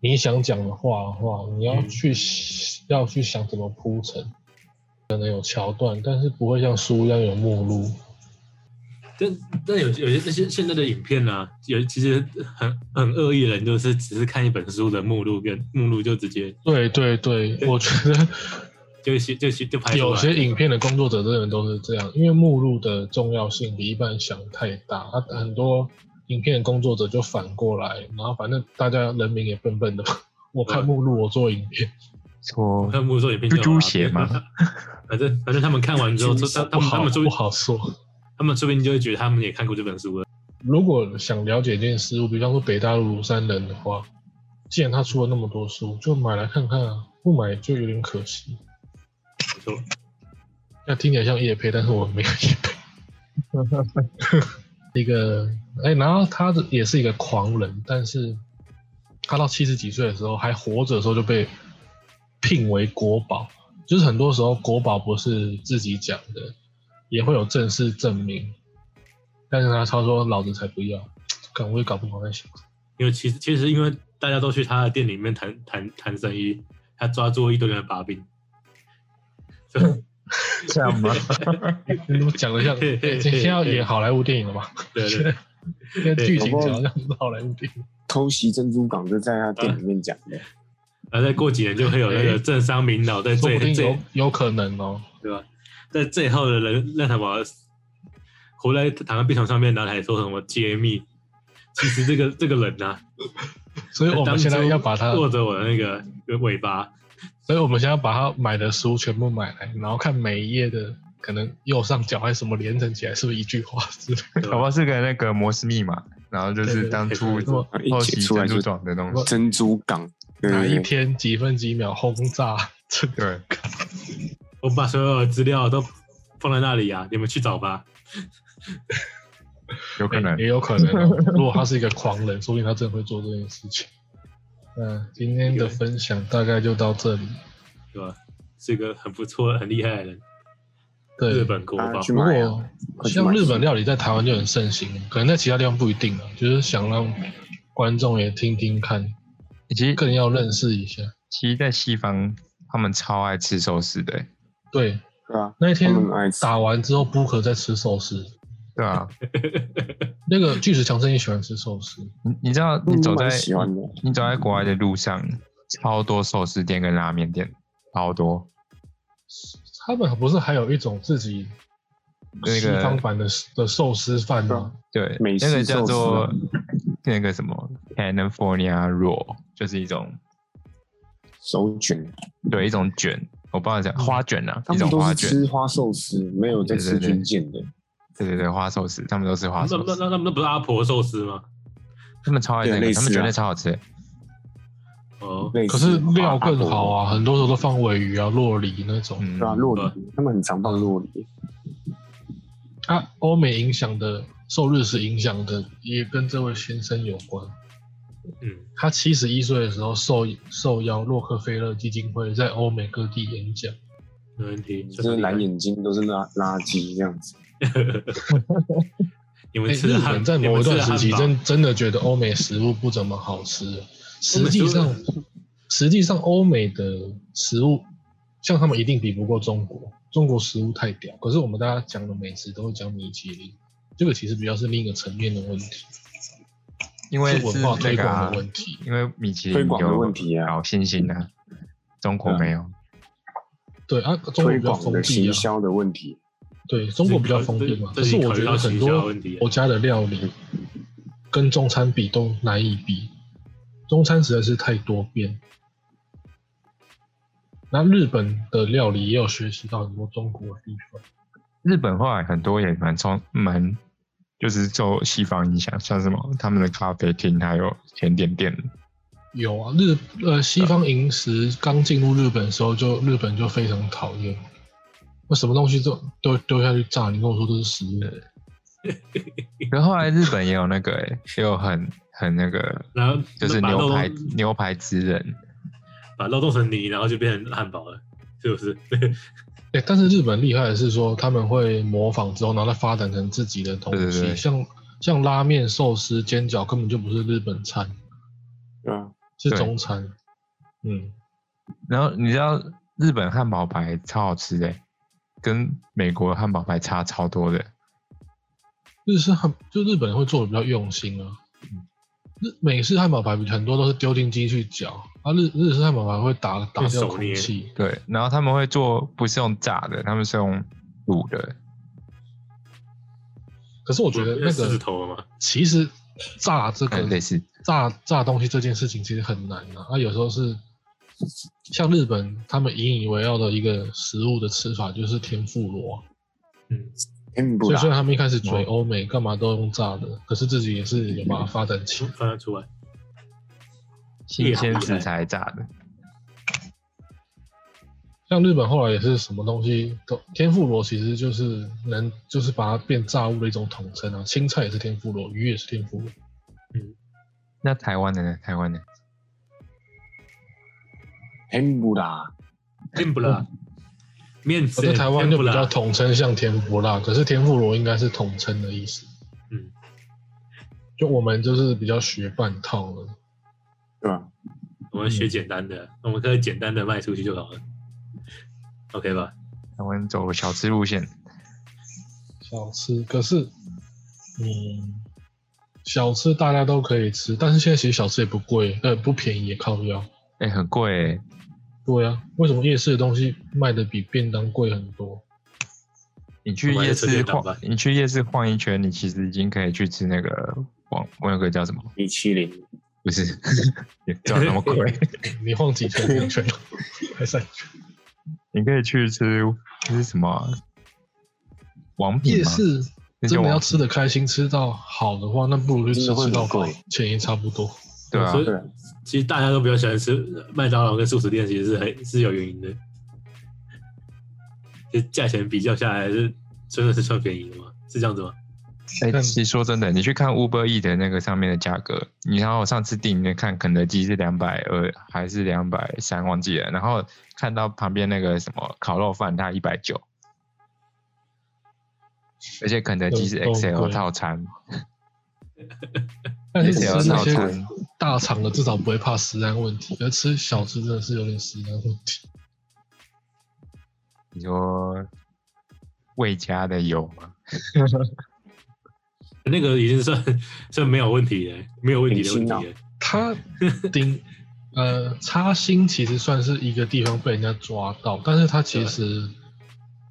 A: 你想讲的话的话，你要
B: 嗯
A: 去、要去想怎么铺陈，可能有桥段，但是不会像书一样有目录。
B: 但但有有些那些现在的影片呢、啊，有其实很很恶意的人，就是只是看一本书的目录跟目录就直接
A: 对对对，我觉得
B: 就写就写就排出来
A: 有些影片的工作者真的都是这样，因为目录的重要性比一般人想太大，啊、很多影片的工作者就反过来，然后反正大家人民也笨笨的嘛，我看目录，我做影片，
C: 说
B: 他们不是说影片就有
C: 猪猪
B: 啦
C: 血吗？
B: 反正反正他们看完之后，
D: 猪猪
B: 他
D: 血
B: 他
A: 不
B: 们他
A: 好
B: 们说
A: 不
B: 不
A: 好说。
B: 他们说不定就会觉得他们也看过这本书了。
A: 如果想了解一件事物，比方说北大陆庐山人的话，既然他出了那么多书，就买来看看啊，不买就有点可惜。
B: 没错，
A: 那听起来像叶配，但是我没有叶配。一个哎、然后他的也是一个狂人，但是他到七十几岁的时候还活着的时候就被聘为国宝，就是很多时候国宝不是自己讲的，也会有正式证明。但是他超说老子才不要，搞我也搞不懂在想什么。
B: 因为其实其实因为大家都去他的店里面谈谈谈生意，他抓住一堆人的把柄。 所以
C: 这样吗？
A: 你 怎么讲的像
B: 嘿嘿嘿
A: 现在要演好莱坞电影了嘛？
B: 对对 对，
A: 现在剧情讲的像是好莱坞电影。
D: 偷袭珍珠港就在他店里面讲
B: 啊
D: 的，
B: 然后再过几年就会有那个政商名脑在
A: 哎说
B: 最
A: 不定
B: 最
A: 有有可能哦。
B: 对吧？在最后的人那什么，回来躺在病床上面，然后还说什么揭秘。 其实这个这个人呐、啊，
A: 所以我们现在要把它，
B: 握着我的那个尾巴，
A: 所以我们现在把它买的书全部买来，然后看每一页的可能右上角还是什么连成起来，是不是一句话之类的？
B: 对
C: 搞不
B: 吧？
C: 好是个那个摩斯密码，然后就
A: 对
C: 是
A: 对
C: 当初
A: 对对
D: 对
C: 后
D: 一
C: 期
D: 哎解出来
C: 珍珠
D: 就
C: 港的东西。
D: 珍珠港，对
A: 哪一
D: 对对，
A: 天几分几秒轰炸？这个
C: 对，
B: 我把所有的资料都放在那里啊，你们去找吧。
C: 有可能
D: 哎
A: 也有可能哦、如果他是一个狂人，说不定他真的会做这件事情。嗯，今天的分享大概就到这里。
B: 对吧？是一个很不错、很厉害的人，
A: 对，
B: 日本国宝
D: 啊，去
A: 如
D: 买
A: 果
D: 啊，快去
A: 像
D: 买
A: 日本料理在台湾就很盛行，可能在其他地方不一定啊。就是想让观众也听听看，
C: 其实
A: 更要认识一下。
C: 其实，在西方他们超爱吃寿司的、
A: 对，
D: 对啊，
A: 那一天
D: 他们爱吃
A: 打完之后，布克在吃寿司。
C: 对啊，
A: 那个巨石强森也喜欢吃寿司，
C: 你你知 道你走在
D: 嗯蛮喜欢的
C: 你走在国外的路上，超多寿司店跟拉面店，超多。
A: 他们不是还有一种自己
C: 那个
A: 西方版的的寿司饭
D: 啊
A: 吗？
C: 对，
D: 美
C: 那个
D: 式
C: 叫
D: 寿司
C: 做
D: 啊
C: 那个什么 California roll，就是一种
D: 手卷，
C: 对一种卷，我不知道讲花卷啊，
D: 嗯他
C: 一种
D: 们都
C: 花
D: 是
C: 卷，
D: 吃花寿司，没有在吃
C: 对对对
D: 军舰的。
C: 对对对，花寿司，他们都吃花
B: 那
C: 寿
B: 那
C: 司，
B: 那那那不是阿婆寿司吗？
C: 他们超爱
D: 对
C: 那个，
D: 类
C: 他们
D: 似
C: 觉
D: 啊
C: 得超好吃的。
B: 哦，
D: 类似
A: 可是料更
D: 花
A: 好啊，很多时候都放尾鱼啊、洛梨那种。
C: 嗯，
D: 对啊，洛梨，他们很常放洛梨，
A: 嗯啊，欧美影响的，受日式影响的，也跟这位先生有关。
B: 嗯，
A: 他七十一岁的时候受受邀洛克菲勒基金会在欧美各地演讲，
B: 没问题。
D: 就是蓝眼睛都是垃垃圾这样子。
B: 你
A: 哎，
B: 们吃
A: 日
B: 的汉，
A: 本在
B: 你
A: 某
B: 们
A: 一
B: 吃
A: 段
B: 的汉
A: 时期
B: 堡
A: 真真的觉得欧美食物不怎么好吃，实际
B: 欧
A: 上
B: 美
A: 实际上欧美的食物，像他们一定比不过中国，中国食物太屌。可是我们大家讲的美食都会讲米其林，这个其实比较是另一个层面的问题，
C: 因为
A: 是
C: 是
A: 文化推
C: 那个啊
A: 广的问题。
C: 因为米其
D: 推
C: 林
D: 广的
C: 有
D: 问题啊
C: 搞新兴的，中国没有。
A: 对啊，中国
D: 推
A: 比较
D: 广
A: 封
D: 的
A: 闭
D: 行
A: 啊，
D: 销的问题，
A: 对中国比较封闭嘛。可
B: 这这
A: 是
B: 这
A: 我觉得很
B: 考虑到行销
A: 多
B: 问题啊
A: 国家的料理跟中餐比都难以比，中餐实在是太多变。那日本的料理也有学习到很多中国的地方，
C: 日本后来很多也蛮从蛮就是受西方影响，像什么他们的咖啡厅还有甜点 店，
A: 有啊，日呃西方饮食刚进入日本的时候就，日本就非常讨厌，我什么东西都都丢下去炸，你跟我说这是食物，
C: 可是后来日本也有那个、欸，也有很很那个，
B: 然后
C: 就是
B: 把肉
C: 牛
B: 冻
C: 排牛排之人，
B: 把肉冻成泥，然后就变成汉堡了，是不是？
A: 哎、但是日本厉害的是说，他们会模仿之后，然后再发展成自己的东西，
C: 对对对
A: 像像拉面、寿司、煎饺根本就不是日本餐，
D: 对啊，
A: 是
C: 对
A: 中餐。嗯，
C: 然后你知道日本汉堡排超好吃的、欸，跟美国汉堡排差超多的。
A: 日式很就日本人会做的比较用心啊。日美式汉堡排很多都是丢进鸡去搅，啊日日式汉堡排会打打
B: 用
A: 掉
B: 手
A: 空
B: 捏
A: 气，
C: 对，然后他们会做不是用炸的，他们是用卤的，
A: 可是我觉得那
B: 狮子
A: 个
B: 头了嘛，
A: 其实炸这
C: 呃
A: 个
C: 类似
A: 炸炸东西这件事情其实很难啊，啊有时候是像日本他们引以为傲的一个食物的吃法就是天妇罗啊，
B: 嗯，
D: 天不
A: 所以
D: 啦嗯
A: 虽，然他们一开始嘴欧美干嘛都用炸的，可是自己也是有把它发展起来。
B: 翻得出来，
C: 新鲜食材炸的，
A: 像日本后来也是什么东西都天妇罗，其实就是能就是把它变炸物的一种统称啊。青菜也是天妇罗，鱼也是天妇罗。
C: 那台湾的呢？台湾的
D: 天不啦，
B: 面不啦，面
A: 哎啊我
B: 子
A: 在台湾就比较
B: 啦，
A: 统称像天妇罗，可是天妇罗应该是统称的意思。
B: 嗯，
A: 就我们就是比较学半套了。
D: 对啊吧？
B: 我们学简单的，我们可以简单的卖出去就好了，OK 吧？
C: 台湾走小吃路线，
A: 小吃，可是，嗯，小吃大家都可以吃，但是现在其实小吃也不贵，呃，不便宜也靠腰。
C: 哎、很贵、欸，
A: 对啊，为什么夜市的东西卖的比便当贵很多？
C: 你去
B: 我买
C: 夜
B: 了车
C: 市
B: 间
C: 晃
B: 蛋，白
C: 你去夜市晃一圈，你其实已经可以去吃那个网，我那个叫什么？
D: 米其林，
C: 不是， 叫那 么贵，
A: 你晃几圈？两圈，还三圈？
C: 你可以去吃吃什么啊王品
A: 夜
C: 吗？
A: 市
C: 那叫
A: 真的要
C: 王
A: 吃的开心，吃到好的话，那不如去吃
D: 真的会
A: 吃到
D: 很
A: 饱
D: 贵，
A: 钱也差不多。
C: 对啊
B: 所，以
D: 对，
B: 其实大家都比较喜欢吃麦当劳跟素食店，其实是很是有原因的。就价钱比较下来是真的是算便宜的吗？是这样子吗？
C: 哎、
A: 但
C: 其实说真的，你去看 Uber E 的那个上面的价格，你然后我上次订那看肯德基是两百二还是两百三忘记了，然后看到旁边那个什么烤肉饭，它一百九，而且肯德基是
A: 有够
C: XL
A: 贵
C: 套餐
A: 但是吃
C: ，XL
A: 那
C: 套
A: 些
C: 餐，
A: 大厂的，至少不会怕食安问题，而吃小吃真的是有点食安问题。
C: 你说魏家的有吗？
B: 那个已经算算没有问题了，没有问题的问题
D: 顶
B: 了。
A: 它顶呃擦星其实算是一个地方被人家抓到，但是它其实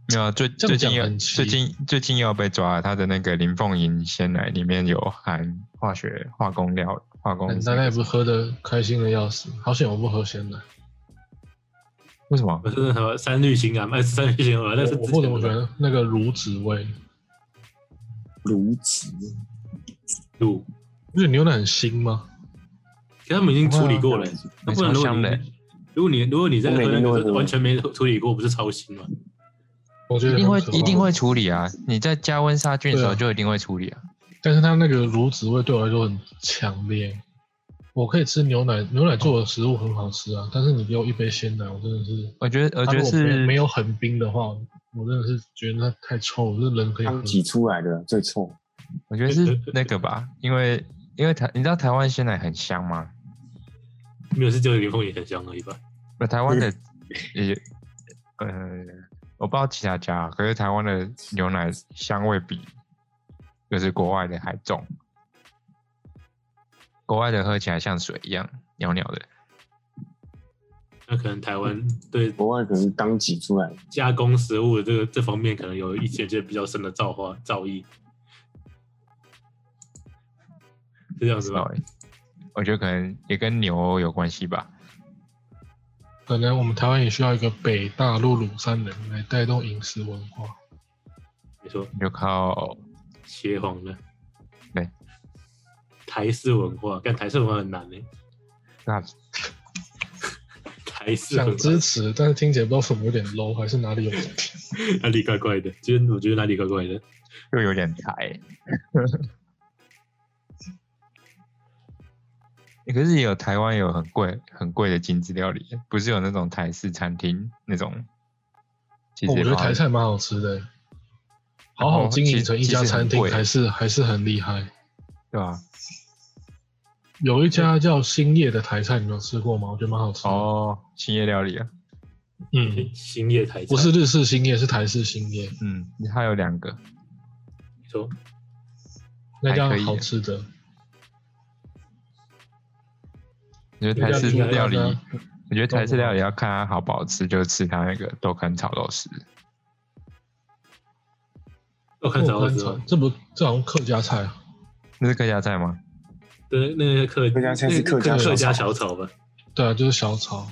C: 没有，啊最
A: 这
C: 最
A: 样
C: 近
A: 讲
C: 要
A: 很奇
C: 最近最近要被抓了，他的那个林凤营鲜奶里面有含化学化工料化
B: 哦
C: 工，
A: 奶奶也不是喝的开心的要死，好险我不喝鲜奶，
C: 为什么？
B: 我是那什么三氯氰胺，哎，三氯氰胺，那是
A: 我我
B: 之
A: 不怎么
B: 前
A: 觉
B: 的
A: 得那个乳脂味，
D: 炉子，
B: 路，
A: 不是牛奶很腥吗？
B: 可他们已经处理过了
D: 对。
B: 那不然如果
C: 超香的
B: 你如果你如果你在
D: 我每
B: 喝那
D: 天都
B: 个
D: 会
B: 是
D: 喝
B: 完全没处理过，不是超新吗？
A: 我觉得
C: 一定会
A: 很可怕
C: 一定会，处理啊！你在加温杀菌的时
A: 对
C: 候
A: 啊
C: 就一定会处理啊。
A: 但是它那个乳脂味对我来说很强烈。我可以吃牛奶，牛奶做的食物很好吃啊，但是你给我一杯鲜奶，我真的是，
C: 我觉得我
A: 它
C: 觉
A: 啊如
C: 得
A: 果没
C: 是
A: 有没有很冰的话，我真的是觉得那太臭了，这人可以喝
D: 刚。挤出来的最臭，
C: 我觉得是那个吧，因为因为台你知道台湾鲜奶很香吗？
B: 没有，是只有林凤也很香而已吧？
C: 那台湾的也呃，我不知道其他家啊，可是台湾的牛奶香味比就是国外的还重，国外的喝起来像水一样袅袅的。
B: 那可能台湾对
D: 国外可能刚挤出来，
B: 加工食物的这个这方面，可能有一些些比较深的造化造诣，是这样子吧？
C: 对，我觉得可能也跟牛有关系吧。
A: 可能我们台湾也需要一个北大陆鲁山人来带动饮食文化。
B: 你说
C: 就靠
B: 切黄的，
C: 对，
B: 台式文化，但台式文化很难呢、欸
C: 那
B: 台式
A: 想
B: 文化
A: 支持，但是听起来不知道什么有点 low，还是哪里有问题？
B: 哪里怪怪的，今天我觉得哪里怪怪的。
C: 又有点台、欸欸可是也有台湾有很贵很贵的精致料理，不是有那种台式餐厅那种？其
A: 哦
C: 实
A: 我
C: 也
A: 觉得
C: 蛮好
A: 台菜蛮好吃的，好好经营成一家餐
C: 其实
A: 厅
C: 很贵
A: 还是还是很厉害。
C: 对吧、
A: 有一家叫兴业的台菜，你们有吃过吗？我觉得蛮好吃的。，
C: 哦，兴业料理啊，
A: 嗯，
B: 兴业台菜
A: 不是日式兴业，是台式兴业，
C: 嗯，它有两个，
B: 你说
A: 那家
C: 还可以
A: 好吃的。
C: 觉得台式
A: 就这样
C: 料理
A: 子啊，啊
C: 我觉得台式料理要看它好不好吃，就吃它那个豆干炒肉丝。
B: 我看找到之
A: 炒
B: 后，，
A: 啊这不这好像客家菜啊，
C: 那是客家菜吗？
B: 对，那个客
D: 客家菜是
B: 那个
D: 客家
B: 客家
D: 小
B: 小炒吧？
A: 对啊，就是小炒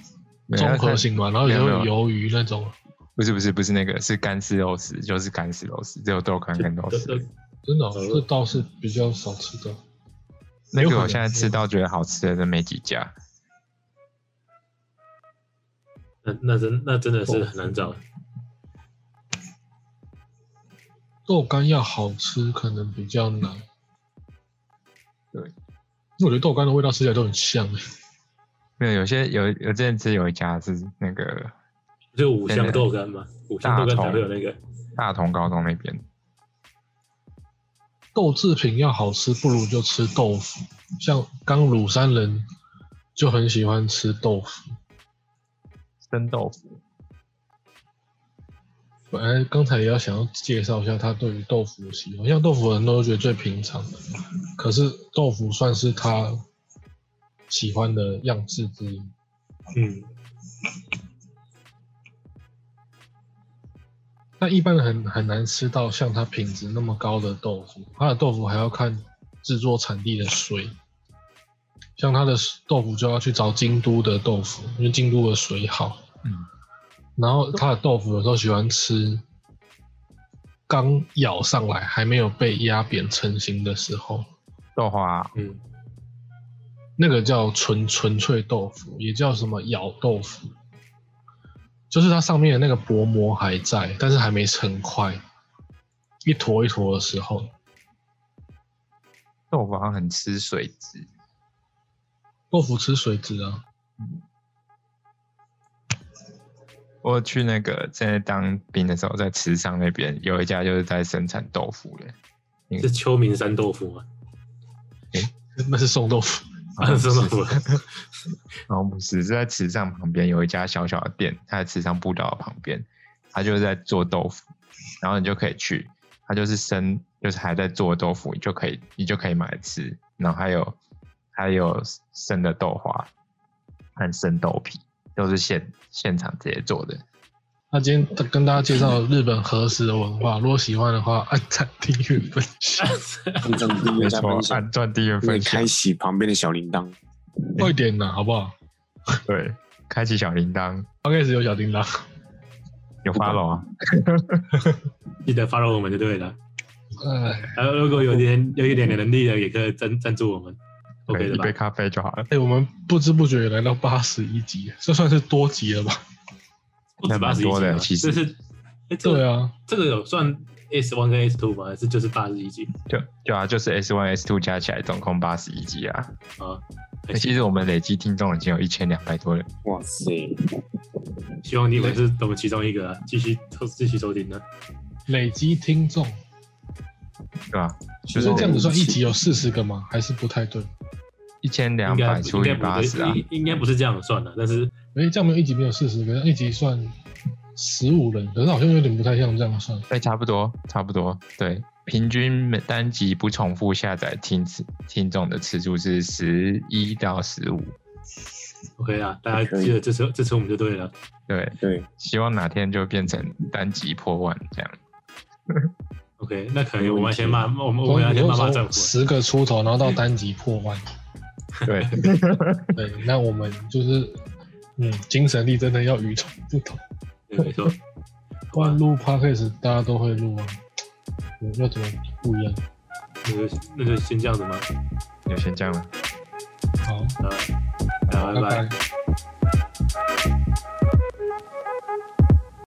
C: 没有
A: 综
C: 那
A: 合
C: 菜
A: 型嘛，然后
C: 没
A: 也
C: 有
A: 会
C: 没
A: 有
C: 有
A: 鱿鱼那种，
C: 不是不是不是那个，是干丝肉丝，就是干丝肉丝，只有豆干跟肉
B: 就
C: 丝。
B: 就
A: 真的哦、
B: 好了
A: 这倒是比较少吃到。
C: 那
A: 有可
C: 个
A: 能
C: 我现在吃到觉得好吃的真没几家，
B: 那那真那真的
C: 哦
B: 是很难找。
A: 豆干要好吃，可能比较难。
C: 对，
A: 因为我觉得豆干的味道吃起来都很香、欸，
C: 没有有些有有之前吃有一家是那个
B: 就五香豆干嘛，五香豆干才会有那个。
C: 大同高中那边，
A: 豆制品要好吃，不如就吃豆腐。像刚鲁山人就很喜欢吃豆腐。
C: 生豆腐，
A: 本来刚才也要想要介绍一下他对于豆腐的喜欢，像豆腐人都觉得最平常，可是豆腐算是他喜欢的样式之一。
B: 嗯，
A: 那一般很很难吃到像它品质那么高的豆腐，它的豆腐还要看制作产地的水。像它的豆腐就要去找京都的豆腐，因为京都的水好。
C: 嗯，
A: 然后它的豆腐有时候喜欢吃刚舀上来还没有被压扁成型的时候，
C: 豆花
B: 嗯，
A: 那个叫纯纯粹豆腐，也叫什么咬豆腐，就是它上面的那个薄膜还在，但是还没成块，一坨一坨的时候，
C: 豆腐好像很吃水质，
A: 豆腐吃水质啊，
C: 我去那个在当兵的时候，在池上那边有一家就是在生产豆腐的，
B: 是秋名山豆腐 吗？
A: 那是送豆腐。
C: 好
B: 啊，
C: 像不
B: 是
C: 是
B: 豆腐，
C: 然后不是，是在池上旁边有一家小小的店，它在池上步道旁边，它就是在做豆腐，然后你就可以去，它就是生，就是还在做豆腐，你就可以你就可以买来吃，然后还有还有生的豆花和生豆皮，都是现现场直接做的。
A: 那今天跟大家介绍日本和食的文化，如果喜欢的话，按赞、订阅、分享，
D: 按赞订
C: 没
D: 阅 加
C: 错
D: 分，享
C: 按，钻订阅
D: 并且
C: 分享
D: 开，启旁边的小铃铛。
A: 快点呐、好不好？
C: 对，开启小铃铛，
A: 刚开始有小叮当，
C: 有 follow 啊。
B: 记得 follow 我们就对了。
A: 哎，
B: 还有，如果有点有一点点能力的，也可以赞赞助我们，OK
C: 对，
B: 的
C: 一
B: 吧
C: 杯？咖啡就好了。
A: 哎、我们不知不觉也来到八十一集，这算是多集了吧？
B: 不止
C: 还
B: 八
C: 蛮
B: 十
C: 多的
B: 一
C: 其
B: 集
C: 实
B: 吧，这是，哎，这
A: 对
B: 个
A: 啊，
B: 这个有算 S one 跟 S two 吗？还是就是八十一集
C: 就对啊，就是 S one S two 加起来总共八十一集啊。
B: 啊？
C: 欸其实我们累积听众已经有一千两百多人，
D: 哇塞，
B: 希望你们是我们其中一个啊，继续收继续收听啊呢。
A: 累积听众，
C: 对吧？
A: 就
C: 就是是
A: 这样子算一集有四十个吗？还是不太对？
C: 一千两
B: 应该
C: 百
B: 不
C: 除
B: 应该
C: 以
B: 不
C: 八十啊
B: 对，应应该不是这样算的，但是
A: 哎、这样没有一集没有四十个，一集算十五人，可是好像有点不太像这样算。
C: 哎，差不多，差不多，对。平均每单集不重复下载听次听众的次数是十一到十五，
B: OK 啊，大家
D: 可以
B: 记得支持支持我们就对了。
C: 对，
D: 对，
C: 希望哪天就变成单集破万这样。
B: OK，那可
D: 没
B: 能
D: 问
B: 我们
D: 题
B: 先骂我哦们我们要先骂骂政府。
A: 十个出头，然后到单集破万。
C: 对，
A: 对，那我们就是，嗯，精神力真的要与众不同。
B: 对没 错，
A: 不然录 podcast 大家都会录啊，嗯要怎么不一样？
B: 那就那就先这样子吗？
C: 就先这样了。
A: 好，
B: 啊，好
A: 拜
B: 拜拜。
A: 拜